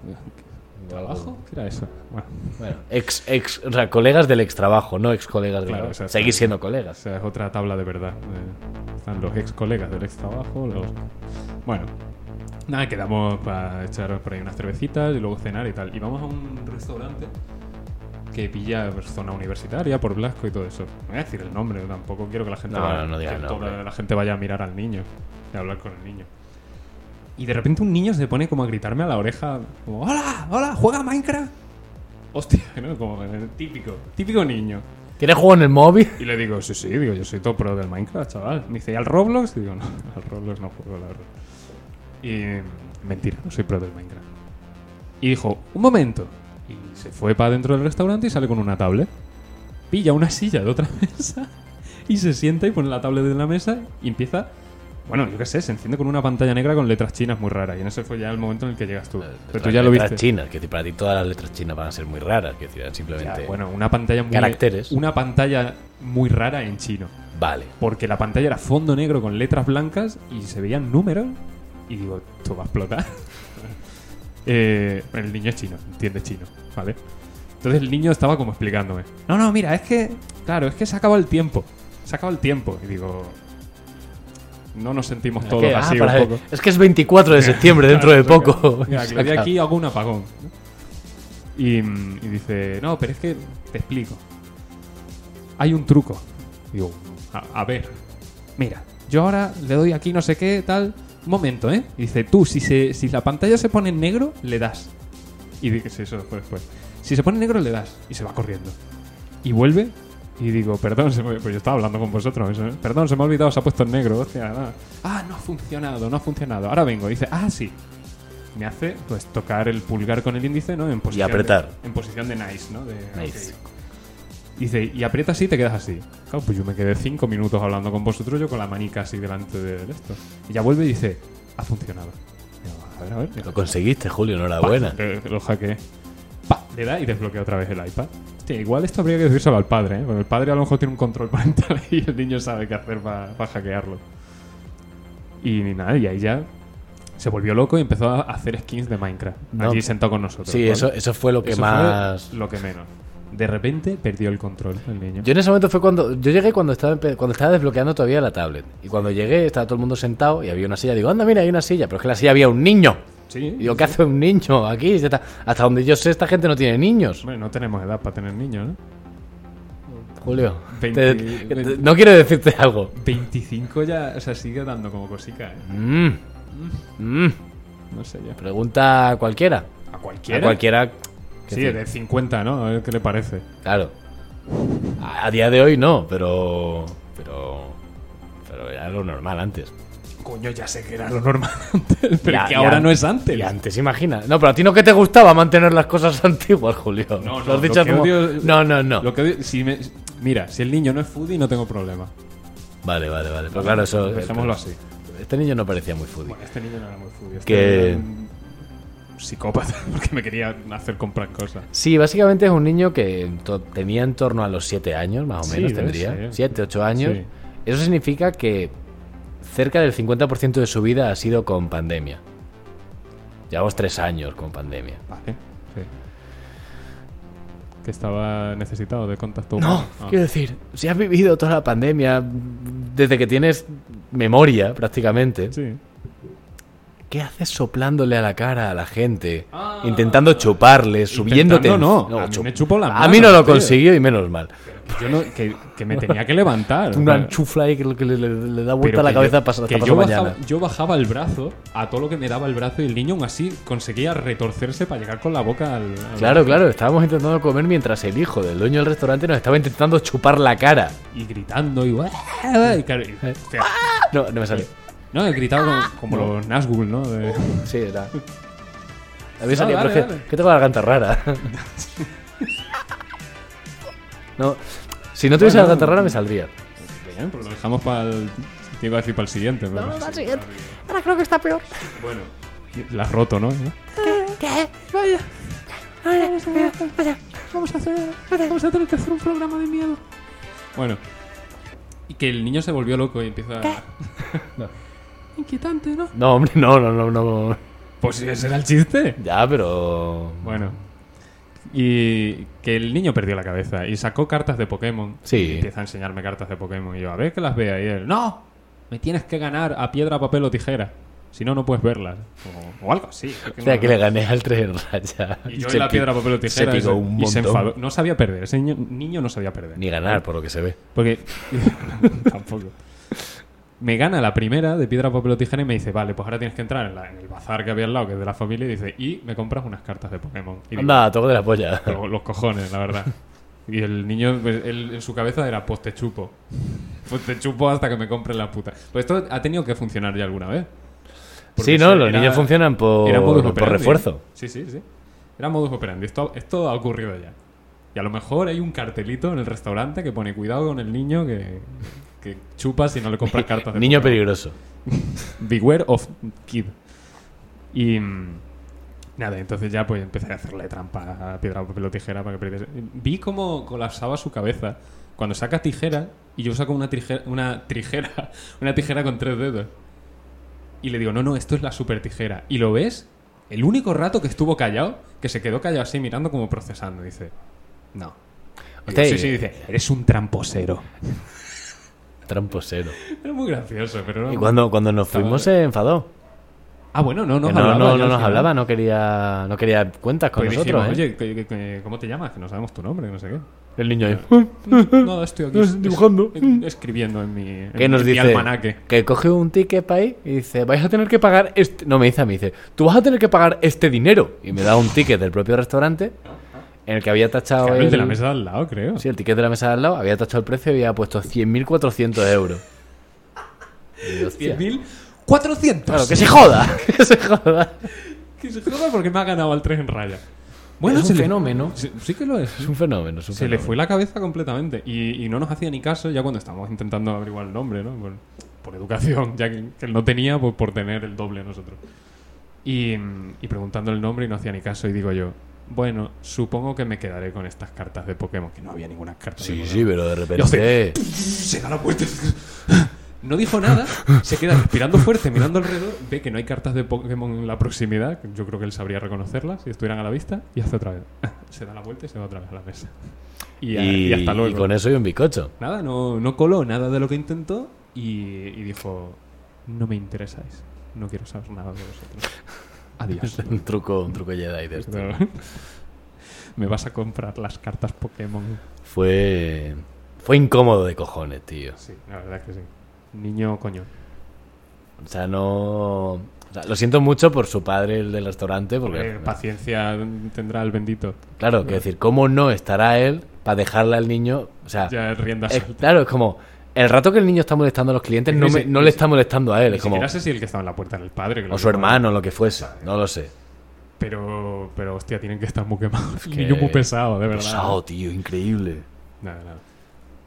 Speaker 2: ¿Trabajo? ¿Qué era eso? Bueno,
Speaker 1: Bueno, ex, ex, o sea, colegas del ex trabajo, no ex colegas del
Speaker 2: Claro,
Speaker 1: trabajo.
Speaker 2: exacto.
Speaker 1: Seguís siendo
Speaker 2: o
Speaker 1: colegas.
Speaker 2: sea, es otra tabla de verdad. Eh, Están los ex colegas del ex trabajo, los. Bueno. Nada, quedamos para echar por ahí unas cervecitas y luego cenar y tal. Y vamos a un restaurante que pilla pues, zona universitaria por Blasco y todo eso. No voy a decir el nombre, tampoco quiero que la gente,
Speaker 1: No,
Speaker 2: vaya,
Speaker 1: no, no diga
Speaker 2: que
Speaker 1: el
Speaker 2: toda
Speaker 1: nombre.
Speaker 2: la gente vaya a mirar al niño y a hablar con el niño. Y de repente un niño se pone como a gritarme a la oreja, como, hola, hola, juega a Minecraft. Hostia, ¿no? Como el típico, típico niño.
Speaker 1: ¿Tienes juego en el móvil?
Speaker 2: Y le digo, sí, sí, digo, yo soy todo pro del Minecraft, chaval. Me dice, ¿y al Roblox? Y digo, no, al Roblox no juego, la verdad. Y mentira, no soy pro del Minecraft. Y dijo, un momento. Y se fue para dentro del restaurante y sale con una tablet. Pilla una silla de otra mesa y se sienta y pone la tablet en la mesa y empieza... Bueno, yo qué sé, se enciende con una pantalla negra con letras chinas muy raras. Y en ese fue ya el momento en el que llegas tú. Pero tú ya lo
Speaker 1: letras
Speaker 2: viste.
Speaker 1: chinas, que decir, para ti todas las letras chinas van a ser muy raras, que decir, eran
Speaker 2: Ya,
Speaker 1: simplemente.
Speaker 2: bueno, una pantalla muy...
Speaker 1: Caracteres.
Speaker 2: Una pantalla muy rara en chino.
Speaker 1: Vale.
Speaker 2: porque la pantalla era fondo negro con letras blancas y se veían números. Y digo, esto va a explotar. Eh, el niño es chino, entiende chino, ¿vale? Entonces el niño estaba como explicándome. No, no, mira, es que, claro, es que se acaba el tiempo. Se acaba el tiempo. Y digo, no nos sentimos todos
Speaker 1: Es que- ah,
Speaker 2: así un
Speaker 1: para-
Speaker 2: poco.
Speaker 1: Es que es 24 de septiembre, dentro de
Speaker 2: Claro,
Speaker 1: poco.
Speaker 2: Mira, que le di aquí y hago un apagón. Y, mm, y dice, no, pero es que te explico. Hay un truco. Digo, a, a ver. Mira, yo ahora le doy aquí no sé qué, tal. Un momento, ¿eh? Y dice, tú, si, se, si la pantalla se pone en negro, le das. Y dije, sí, eso fue después. Si se pone en negro, le das. Y se va corriendo. Y vuelve. Y digo, perdón, se me- pues yo estaba hablando con vosotros. eso, ¿eh? Perdón, se me ha olvidado, se ha puesto en negro. Hostia, nada. Ah, no ha funcionado, no ha funcionado. Ahora vengo. Y dice, ah, sí. me hace pues tocar el pulgar con el índice, ¿no? En posición
Speaker 1: apretar.
Speaker 2: de- en posición de nice, ¿no? De,
Speaker 1: Nice.
Speaker 2: ok. Dice, y aprieta así y te quedas así. Claro, pues yo me quedé cinco minutos hablando con vosotros, yo con la manica así delante de esto. Y ya vuelve y dice, ha funcionado. Digo, a ver, a ver.
Speaker 1: Lo conseguiste, Julio, enhorabuena.
Speaker 2: Eh, Lo hackeé. Pa, le da y desbloquea otra vez el iPad. Hostia, igual esto habría que decírselo al padre, ¿eh? Porque el padre a lo mejor tiene un control parental y el niño sabe qué hacer para hackearlo. Y ni nada, y ahí ya se volvió loco y empezó a hacer skins de Minecraft.
Speaker 1: No.
Speaker 2: Allí sentado con nosotros.
Speaker 1: Sí,
Speaker 2: ¿vale?
Speaker 1: eso, eso fue lo que
Speaker 2: Eso fue
Speaker 1: más...
Speaker 2: lo que menos. De repente perdió el control el niño.
Speaker 1: Yo en ese momento fue cuando. Yo llegué cuando estaba, empe- cuando estaba desbloqueando todavía la tablet. Y cuando llegué estaba todo el mundo sentado y había una silla. Digo, anda, mira, hay una silla. Pero es que en la silla había un niño.
Speaker 2: Sí.
Speaker 1: Y digo, ¿qué hace un niño aquí? Y está- Hasta donde yo sé, esta gente no tiene niños.
Speaker 2: Hombre, no tenemos edad para tener niños, ¿no?
Speaker 1: Julio, te-
Speaker 2: 20,
Speaker 1: te-
Speaker 2: 20.
Speaker 1: no quiero decirte algo.
Speaker 2: 25 ya, o sea, sigue dando como cosica, ¿eh?
Speaker 1: Mm, mm.
Speaker 2: No sé yo.
Speaker 1: Pregunta a cualquiera.
Speaker 2: A cualquiera.
Speaker 1: A cualquiera. que
Speaker 2: Sí,
Speaker 1: te-
Speaker 2: de 50, ¿no? A ver qué le parece.
Speaker 1: Claro. A, a día de hoy no, pero. Pero. Pero era lo normal antes.
Speaker 2: Coño, ya sé que era lo normal antes, pero
Speaker 1: Ya-
Speaker 2: que
Speaker 1: ya
Speaker 2: ahora
Speaker 1: an-
Speaker 2: no es antes.
Speaker 1: Y antes, imagina. No, pero a ti no que te gustaba mantener las cosas antiguas, Julio.
Speaker 2: No, no,
Speaker 1: Lo has
Speaker 2: lo
Speaker 1: dicho
Speaker 2: que
Speaker 1: como-
Speaker 2: odio-
Speaker 1: no, no, no.
Speaker 2: Lo que odio- si me- mira, si el niño no es foodie, no tengo problema.
Speaker 1: Vale, vale, vale. Pero Pues claro, eso.
Speaker 2: Dejémoslo así.
Speaker 1: Este niño no parecía muy foodie.
Speaker 2: Bueno, este niño no era muy foodie. Este
Speaker 1: Que-
Speaker 2: era un psicópata, porque me quería hacer comprar cosas.
Speaker 1: Sí, básicamente es un niño que en to- tenía en torno a los 7 años, más o
Speaker 2: Sí,
Speaker 1: menos,
Speaker 2: debe
Speaker 1: tendría.
Speaker 2: ser. eh.
Speaker 1: 7, 8 años.
Speaker 2: Sí.
Speaker 1: Eso significa que cerca del 50% de su vida ha sido con pandemia. Llevamos 3 años con pandemia.
Speaker 2: Vale. Sí. Que estaba necesitado de contacto
Speaker 1: No,
Speaker 2: humano. Ah.
Speaker 1: quiero decir, si has vivido toda la pandemia desde que tienes memoria prácticamente,
Speaker 2: Ah, Sí.
Speaker 1: ¿qué haces soplándole a la cara a la gente? intentando chuparle, subiéndote.
Speaker 2: Ah. Intentando no, a
Speaker 1: no
Speaker 2: mí
Speaker 1: chup-
Speaker 2: me chupo la
Speaker 1: A mí no
Speaker 2: mano,
Speaker 1: lo
Speaker 2: tío.
Speaker 1: consiguió y menos mal.
Speaker 2: Yo no, que, que me tenía que levantar.
Speaker 1: Una
Speaker 2: O sea,
Speaker 1: enchufla ahí que le, que le- le- le da vuelta
Speaker 2: Pero
Speaker 1: la
Speaker 2: que
Speaker 1: cabeza
Speaker 2: yo-
Speaker 1: pas- hasta
Speaker 2: que
Speaker 1: pasado
Speaker 2: yo
Speaker 1: mañana.
Speaker 2: Bajaba, yo bajaba el brazo a todo lo que me daba el brazo y el niño aún así conseguía retorcerse para llegar con la boca al... al-
Speaker 1: Claro, claro, estábamos intentando comer mientras el hijo del dueño del restaurante nos estaba intentando chupar la cara.
Speaker 2: Y gritando y... y claro, y- hostia.
Speaker 1: No, no me salió.
Speaker 2: no, he gritado como, como los Nazgul, ¿no? De-
Speaker 1: Sí, era. A mí me
Speaker 2: No,
Speaker 1: salía, pero
Speaker 2: dale,
Speaker 1: es que-
Speaker 2: dale.
Speaker 1: que tengo la garganta rara. No, si no tuviese la
Speaker 2: Bueno.
Speaker 1: garganta rara me saldría.
Speaker 2: Bien, pues lo dejamos para el... Te iba a decir para el siguiente. pero no sé.
Speaker 4: Ahora creo que está peor.
Speaker 2: Bueno. La has roto, ¿no?
Speaker 4: ¿Qué? Vaya. Vamos a hacer. Vamos a tener que hacer un programa de miedo.
Speaker 2: Bueno. Y que el niño se volvió loco y empieza...
Speaker 4: Inquietante, ¿no?
Speaker 1: No, hombre, no, no, no, no.
Speaker 2: Pues ese era el chiste.
Speaker 1: Ya, pero.
Speaker 2: Bueno. Y que el niño perdió la cabeza y sacó cartas de Pokémon.
Speaker 1: Sí.
Speaker 2: Y empieza a enseñarme cartas de Pokémon. Y yo, a ver que las vea. Y él, ¡No! Me tienes que ganar a piedra, papel o tijera. Si no, no puedes verlas. O, o algo así.
Speaker 1: O sea, que le gané al tres en raya.
Speaker 2: Y yo
Speaker 1: Se
Speaker 2: en la
Speaker 1: pi-
Speaker 2: piedra, papel o tijera.
Speaker 1: Se
Speaker 2: y
Speaker 1: picó un
Speaker 2: y se
Speaker 1: montón.
Speaker 2: enfadó. No sabía perder. Ese niño, niño no sabía perder.
Speaker 1: Ni ganar, por lo que se ve.
Speaker 2: Porque. tampoco. Me gana la primera de piedra, papel o tijera y me dice, vale, pues ahora tienes que entrar en, la- en el bazar que había al lado, que es de la familia, y dice, y me compras unas cartas de Pokémon. Y digo,
Speaker 1: Anda, toco de la polla.
Speaker 2: Lo- los cojones, la verdad. Y el niño, pues, él, en su cabeza era, pues te chupo. Pues te chupo hasta que me compren la puta. Pues esto ha tenido que funcionar ya alguna vez. Porque
Speaker 1: Sí, no,
Speaker 2: se-
Speaker 1: los
Speaker 2: era-
Speaker 1: niños funcionan por,
Speaker 2: era modus
Speaker 1: por
Speaker 2: operandi. ¿eh?
Speaker 1: refuerzo.
Speaker 2: Sí, sí, sí. Era modus operandi. Esto, esto ha ocurrido ya. Y a lo mejor hay un cartelito en el restaurante que pone cuidado con el niño que, que chupa si no le compras cartas. de
Speaker 1: Niño
Speaker 2: Pokémon".
Speaker 1: peligroso.
Speaker 2: Beware of Kid. Y. mm, Nada, entonces ya pues empecé a hacerle trampa a piedra, papel o tijera para que perdiese. Vi cómo colapsaba su cabeza cuando saca tijera y yo saco una tijera, una tijera, una tijera con tres dedos. Y le digo, no, no, esto es la super tijera. ¿Y lo ves? El único rato que estuvo callado, que se quedó callado así mirando como procesando, dice, no. Y digo,
Speaker 1: Usted-
Speaker 2: sí, sí, dice, eres un tramposero.
Speaker 1: Tramposero.
Speaker 2: Era muy gracioso, pero era
Speaker 1: Y
Speaker 2: muy-
Speaker 1: cuando, cuando nos fuimos se enfadó.
Speaker 2: Ah, bueno, no, no,
Speaker 1: Que no,
Speaker 2: hablaba
Speaker 1: no,
Speaker 2: ya
Speaker 1: no
Speaker 2: al
Speaker 1: nos
Speaker 2: final.
Speaker 1: hablaba, no quería, no quería cuentas con
Speaker 2: Pues
Speaker 1: nosotros.
Speaker 2: dijimos,
Speaker 1: ¿eh?
Speaker 2: oye, que- que- que- ¿cómo te llamas? Que no sabemos tu nombre, no sé qué.
Speaker 1: el niño ahí. "Uh",
Speaker 2: No, estoy aquí es- Mm.
Speaker 1: dibujando.
Speaker 2: es- escribiendo en mi, en
Speaker 1: ¿Qué nos
Speaker 2: mi
Speaker 1: dice?
Speaker 2: almanaque.
Speaker 1: Que coge un ticket para ahí y dice, vais a tener que pagar este... No, me dice, a mí, dice, tú vas a tener que pagar este dinero. Y me da un ticket del propio restaurante en el que había tachado...
Speaker 2: Claro, el de la
Speaker 1: el-
Speaker 2: mesa de al lado, creo.
Speaker 1: Sí, el ticket de la mesa de al lado, había tachado el precio y había puesto 100.400 euros. Y, hostia.
Speaker 2: 10.400.
Speaker 1: Claro, que se joda, que se joda.
Speaker 2: que se joda porque me ha ganado al tren en raya. Bueno,
Speaker 1: Es un
Speaker 2: se le-
Speaker 1: fenómeno.
Speaker 2: Sí, sí que lo es.
Speaker 1: Es un fenómeno. es un
Speaker 2: Se le
Speaker 1: fenómeno.
Speaker 2: fue la cabeza completamente y, y no nos hacía ni caso ya cuando estábamos intentando averiguar el nombre, ¿no? Por, por educación, ya que, que él no tenía, pues por tener el doble nosotros. Y, mm, y preguntando el nombre y no hacía ni caso y digo yo, bueno, supongo que me quedaré con estas cartas de Pokémon, que no había ninguna carta. de
Speaker 1: Sí,
Speaker 2: Pokémon.
Speaker 1: sí, pero de repente.
Speaker 2: Se da la vuelta. No dijo nada, se queda respirando fuerte, mirando alrededor, ve que no hay cartas de Pokémon en la proximidad, yo creo que él sabría reconocerlas si estuvieran a la vista, y hace otra vez. Se da la vuelta y se va otra vez a la mesa. Y,
Speaker 1: Y,
Speaker 2: a- y hasta luego.
Speaker 1: y con eso y un bizcocho.
Speaker 2: Nada, no, no coló nada de lo que intentó y, y dijo, no me interesáis, no quiero saber nada de vosotros. Adiós.
Speaker 1: Un truco, un truco Jedi de este. esto.
Speaker 2: me vas a comprar las cartas Pokémon.
Speaker 1: Fue. Fue incómodo de cojones, tío.
Speaker 2: Sí, la verdad que sí. Niño coño.
Speaker 1: O sea, no. o sea, lo siento mucho por su padre, el del restaurante, porque.
Speaker 2: Eh, paciencia tendrá el bendito.
Speaker 1: Claro, quiero decir, ¿cómo no estará él para dejarle al niño? O sea,
Speaker 2: Ya es rienda
Speaker 1: es-
Speaker 2: suelta.
Speaker 1: claro, es como. El rato que el niño está molestando a los clientes,
Speaker 2: Ni
Speaker 1: no,
Speaker 2: si-
Speaker 1: me- no
Speaker 2: ni
Speaker 1: le
Speaker 2: si-
Speaker 1: está molestando a él.
Speaker 2: Ni
Speaker 1: Es como.
Speaker 2: siquiera sé si el que estaba en la puerta era el padre. que lo
Speaker 1: O su
Speaker 2: llamaba.
Speaker 1: hermano, lo que fuese. No lo sé.
Speaker 2: Pero, pero hostia, tienen que estar muy quemados.
Speaker 1: que-
Speaker 2: Niño muy pesado, de verdad.
Speaker 1: Pesado, tío, increíble.
Speaker 2: Nada, nada.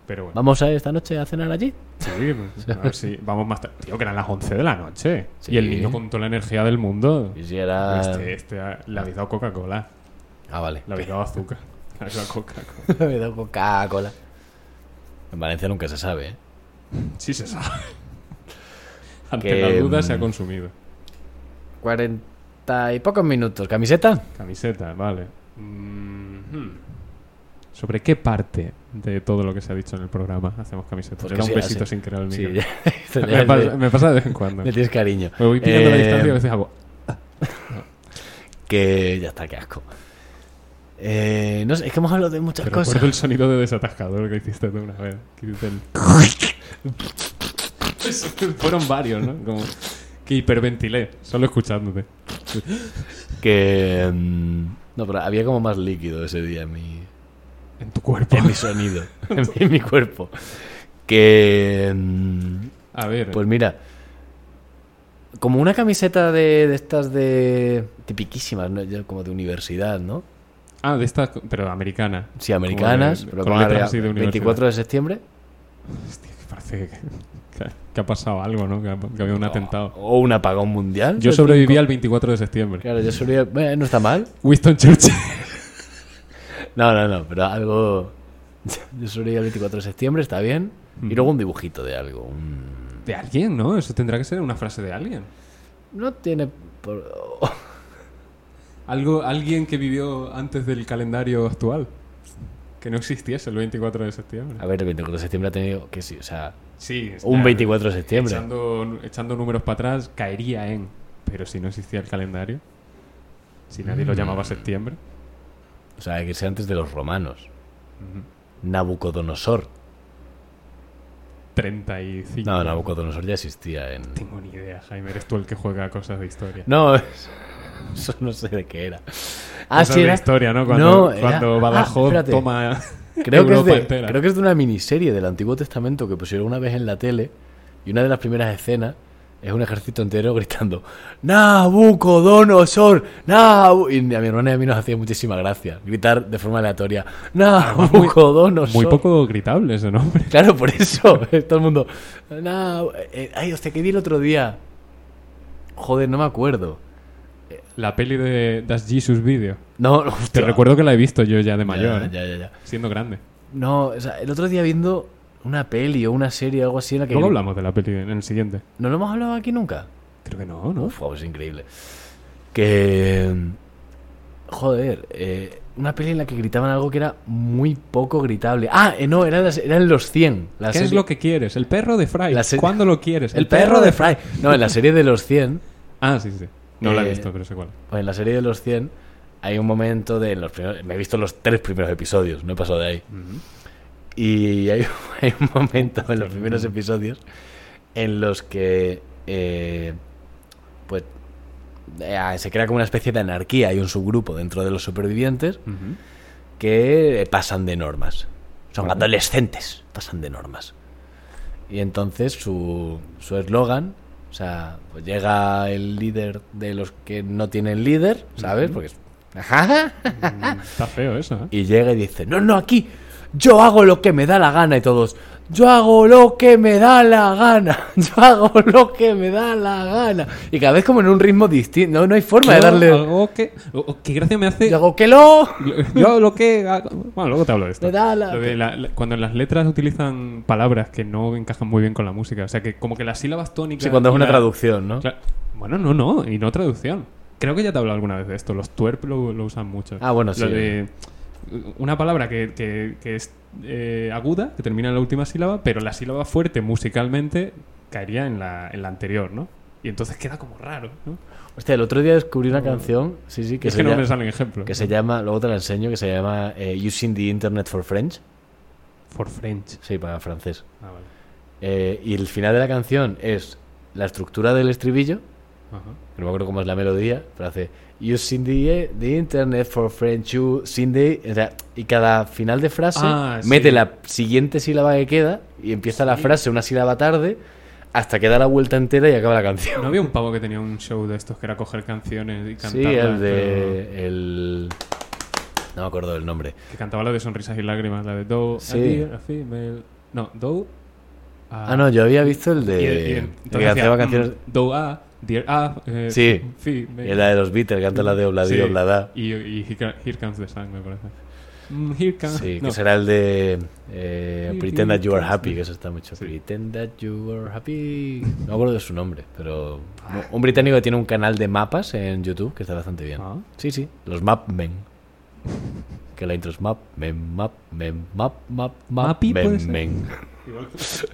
Speaker 2: Pero bueno.
Speaker 1: ¿Vamos a esta noche a cenar allí?
Speaker 2: Sí, pues, a ver si vamos más tarde. Tío, que eran las 11 de la noche.
Speaker 1: Sí.
Speaker 2: Y el niño con toda la energía del mundo.
Speaker 1: Y si era.
Speaker 2: Este, este ha- le habéis dado Coca-Cola.
Speaker 1: Ah, vale.
Speaker 2: Le habéis dado azúcar. Le habéis dado Coca-Cola.
Speaker 1: Me da Coca-Cola. En Valencia nunca se sabe, ¿eh?
Speaker 2: Sí se sabe. Ante
Speaker 1: Que,
Speaker 2: la duda
Speaker 1: mm,
Speaker 2: se ha consumido.
Speaker 1: Cuarenta y pocos minutos. ¿Camiseta?
Speaker 2: Camiseta, vale. Mhm. ¿Sobre qué parte de todo lo que se ha dicho en el programa hacemos camisetas?
Speaker 1: Pues
Speaker 2: Le
Speaker 1: que
Speaker 2: da un
Speaker 1: sí,
Speaker 2: besito
Speaker 1: así.
Speaker 2: sin querer al
Speaker 1: Sí,
Speaker 2: micro.
Speaker 1: ya. Esto ya
Speaker 2: me,
Speaker 1: es
Speaker 2: pasa,
Speaker 1: de-
Speaker 2: me pasa de vez en cuando.
Speaker 1: Le
Speaker 2: Me
Speaker 1: tienes cariño.
Speaker 2: voy pillando la
Speaker 1: Eh,
Speaker 2: distancia y a veces hago...
Speaker 1: Que ya está, qué asco. Eh, no sé, es que hemos hablado de muchas
Speaker 2: Pero
Speaker 1: cosas.
Speaker 2: recuerdo el sonido de desatascador que hiciste tú una vez. Que hiciste el- Fueron varios, ¿no? Como que hiperventilé, solo escuchándote.
Speaker 1: Que. mm, no, pero había como más líquido ese día en mi,
Speaker 2: En tu cuerpo.
Speaker 1: en mi sonido, en, mi- en mi cuerpo. Que. mm,
Speaker 2: A ver,
Speaker 1: Pues mira, como una camiseta de, de estas de. tipiquísimas, ¿no? Ya como de universidad, ¿no?
Speaker 2: ah, de esta, pero americana.
Speaker 1: Sí, americanas,
Speaker 2: Como de-
Speaker 1: pero
Speaker 2: con
Speaker 1: con
Speaker 2: letras
Speaker 1: área-
Speaker 2: así de universidad.
Speaker 1: 24 de septiembre.
Speaker 2: Hostia, que parece que, que- que ha pasado algo, ¿no? Que, ha- que había un atentado.
Speaker 1: O un apagón mundial.
Speaker 2: Yo
Speaker 1: del
Speaker 2: sobreviví
Speaker 1: cinco.
Speaker 2: al 24 de septiembre.
Speaker 1: Claro, yo sobreviví. bueno, no está mal.
Speaker 2: Winston Churchill.
Speaker 1: No, no, no, pero algo. Yo sobreviví al 24 de septiembre, está bien. Y luego un dibujito de algo. un-
Speaker 2: De alguien, ¿no? Eso tendrá que ser una frase de alguien.
Speaker 1: No tiene. por-
Speaker 2: Algo, alguien que vivió antes del calendario actual. Que no existiese el 24 de septiembre.
Speaker 1: A ver, el 24 de septiembre ha tenido que sí, o sea.
Speaker 2: Sí, está-
Speaker 1: Un 24 de septiembre.
Speaker 2: Echando, echando números para atrás, caería en. Pero si no existía el calendario, si nadie
Speaker 1: Mm.
Speaker 2: lo llamaba septiembre,
Speaker 1: O sea, que sea antes de los romanos. Nabucodonosor.
Speaker 2: 35.
Speaker 1: No, Nabucodonosor ya existía en.
Speaker 2: tengo ni idea, Jaime. Eres tú el que juega a cosas de historia.
Speaker 1: No, eso no sé de qué era. Ah,
Speaker 2: Cosas
Speaker 1: sí,
Speaker 2: de
Speaker 1: era-
Speaker 2: historia, ¿no? Cuando,
Speaker 1: No, era-
Speaker 2: cuando
Speaker 1: ah,
Speaker 2: Badajoz
Speaker 1: espérate.
Speaker 2: toma
Speaker 1: Creo que, es
Speaker 2: Europa
Speaker 1: de,
Speaker 2: entera.
Speaker 1: creo que es de una miniserie del Antiguo Testamento que pusieron una vez en la tele y una de las primeras escenas es un ejército entero gritando Nabucodonosor, Nabu... Y a mi hermana y a mí nos hacía muchísima gracia gritar de forma aleatoria Nabucodonosor.
Speaker 2: Muy poco gritable ese nombre.
Speaker 1: Claro, por eso todo el mundo... "Nabu-". Eh, Ay, hostia, ¿qué vi el otro día? Joder, no me acuerdo.
Speaker 2: La peli de Das Jesus Video.
Speaker 1: No,
Speaker 2: Te
Speaker 1: hostia.
Speaker 2: recuerdo que la he visto yo ya de
Speaker 1: Ya,
Speaker 2: mayor, ¿eh?
Speaker 1: ya, ya, ya.
Speaker 2: siendo grande.
Speaker 1: No, o sea, el otro día viendo una peli o una serie o algo así en la que...
Speaker 2: Luego hablamos de la peli en el siguiente.
Speaker 1: ¿No lo hemos hablado aquí nunca?
Speaker 2: Creo que no, ¿no?
Speaker 1: Uf, guau, es increíble. Que... Joder, eh, una peli en la que gritaban algo que era muy poco gritable. Ah, eh, no, eran, las- eran los 100. La
Speaker 2: ¿Qué es
Speaker 1: serie-
Speaker 2: lo que quieres? ¿El perro de Fry?
Speaker 1: La serie-
Speaker 2: ¿Cuándo lo quieres?
Speaker 1: El perro de Fry. No, en la serie de los 100,
Speaker 2: Ah, sí, sí. No la he
Speaker 1: Eh,
Speaker 2: visto, pero es igual.
Speaker 1: o en la serie de los 100, hay un momento de... en los primeros- me he visto los tres primeros episodios, no he pasado de ahí. Y hay, hay un momento en los primeros episodios en los que eh, pues eh, se crea como una especie de anarquía. Hay un subgrupo dentro de los supervivientes que eh, pasan de normas. Son
Speaker 2: Vale.
Speaker 1: adolescentes, pasan de normas. Y entonces su su eslogan O sea, pues llega el líder de los que no tienen líder, ¿sabes? Porque es- Ajá.
Speaker 2: Está feo eso, ¿eh?
Speaker 1: Y llega y dice, no, no, aquí, yo hago lo que me da la gana y todos, yo hago lo que me da la gana, yo hago lo que me da la gana. Y cada vez como en un ritmo distinto, no, no hay forma de
Speaker 2: Yo
Speaker 1: darle...
Speaker 2: Algo que, o- que gracia me hace.
Speaker 1: Yo hago que lo...
Speaker 2: Yo lo que. Bueno, luego te hablo de esto.
Speaker 1: Me da la-
Speaker 2: Lo de la- la- cuando en las letras utilizan palabras que no encajan muy bien con la música. O sea, que como que las sílabas tónicas.
Speaker 1: Sí, cuando es
Speaker 2: y
Speaker 1: una
Speaker 2: la-
Speaker 1: traducción, ¿no?
Speaker 2: Claro. Bueno, no, no, y no traducción. Creo que ya te he hablado alguna vez de esto. Los twerp lo, lo usan mucho.
Speaker 1: Ah, bueno,
Speaker 2: Lo
Speaker 1: sí.
Speaker 2: de- una palabra que, que- que es eh, aguda, que termina en la última sílaba, pero la sílaba fuerte musicalmente caería en la, en la anterior, ¿no? Y entonces queda como raro, ¿no?
Speaker 1: Hostia, el otro día descubrí una canción, sí, sí, que,
Speaker 2: Oh. es
Speaker 1: se,
Speaker 2: que no
Speaker 1: llama,
Speaker 2: me salen ejemplos.
Speaker 1: que se llama, luego te la enseño, que se llama eh, Using the Internet for French,
Speaker 2: For French.
Speaker 1: sí, para francés.
Speaker 2: Ah, vale.
Speaker 1: Eh, y el final de la canción es la estructura del estribillo,
Speaker 2: Ajá.
Speaker 1: No me acuerdo cómo es la melodía, pero hace You sing the, eh, the internet for French, you sing the... o sea, y cada final de frase
Speaker 2: Ah, sí.
Speaker 1: mete la siguiente sílaba que queda y empieza la frase una sílaba tarde hasta que da la vuelta entera y acaba la canción.
Speaker 2: ¿No había un pavo que tenía un show de estos que era coger canciones
Speaker 1: sí,
Speaker 2: y cantarlas?
Speaker 1: el
Speaker 2: pero-
Speaker 1: de... El... No me acuerdo del nombre.
Speaker 2: Que cantaba la de sonrisas y lágrimas, la de Do,
Speaker 1: Sí.
Speaker 2: a dear, a female. No, Do. a-
Speaker 1: Ah, no, yo había visto el
Speaker 2: y- y-
Speaker 1: de...
Speaker 2: entonces
Speaker 1: que
Speaker 2: hacía,
Speaker 1: cantaba
Speaker 2: mm,
Speaker 1: canciones...
Speaker 2: Do A, Dear A, eh,
Speaker 1: Sí.
Speaker 2: female.
Speaker 1: y la de los Beatles, canta la de Obladi
Speaker 2: Sí.
Speaker 1: Oblada.
Speaker 2: Y, y Here Ca- Here Comes the Sun, me parece. Mm, here Comes.
Speaker 1: Sí, que
Speaker 2: no.
Speaker 1: será el de eh,
Speaker 2: Sí,
Speaker 1: Pretend That You Are
Speaker 2: sí.
Speaker 1: Happy, que eso está mucho.
Speaker 2: Sí.
Speaker 1: Pretend That You Are Happy. No me acuerdo de su nombre, pero. no, un británico que tiene un canal de mapas en YouTube que está bastante bien.
Speaker 2: Ah.
Speaker 1: Sí, sí, los Mapmen. Que la intro es Map, Men, Map, Men, Map, Map, Map,
Speaker 2: Mapi,
Speaker 1: men,
Speaker 2: puede ser.
Speaker 1: men.
Speaker 2: Igual que-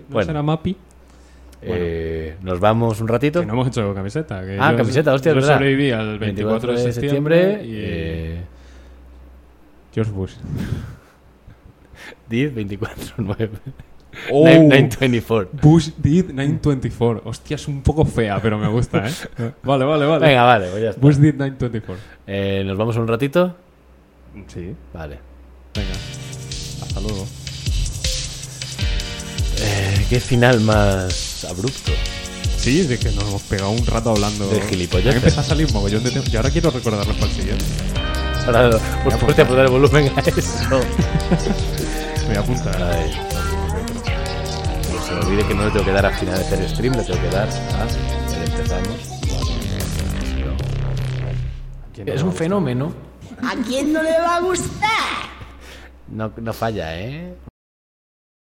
Speaker 2: ¿No
Speaker 1: Bueno.
Speaker 2: será Mappy?
Speaker 1: Eh, Nos vamos un ratito.
Speaker 2: Que no hemos hecho camiseta. que
Speaker 1: Ah,
Speaker 2: yo-
Speaker 1: camiseta, hostia, es
Speaker 2: Yo
Speaker 1: verdad.
Speaker 2: sobreviví al 24, de septiembre. y
Speaker 1: eh,
Speaker 2: George Bush.
Speaker 1: 10, 24, 9.
Speaker 2: Oh.
Speaker 1: 924.
Speaker 2: Bush did 924. Hostia, es un poco fea, pero me gusta, ¿eh? Vale, vale, vale.
Speaker 1: Venga, vale, pues ya está.
Speaker 2: Bush did 924.
Speaker 1: Eh, Nos vamos un ratito.
Speaker 2: Sí.
Speaker 1: Vale.
Speaker 2: Venga. Hasta luego.
Speaker 1: Eh, qué final más abrupto.
Speaker 2: Sí, de que nos hemos pegado un rato hablando.
Speaker 1: De gilipolleces.
Speaker 2: Me empieza a salir mogollón de temas. Y ahora quiero recordarlos para el siguiente.
Speaker 1: Ahora, por suerte, apuntar el volumen a eso.
Speaker 2: Me voy a apuntar.
Speaker 1: Ay, que se me olvide que no le tengo que dar a finalizar el stream, le tengo que dar a. ya empezamos. Es un fenómeno.
Speaker 3: ¿A quién no le va a gustar?
Speaker 1: No, no falla, ¿eh?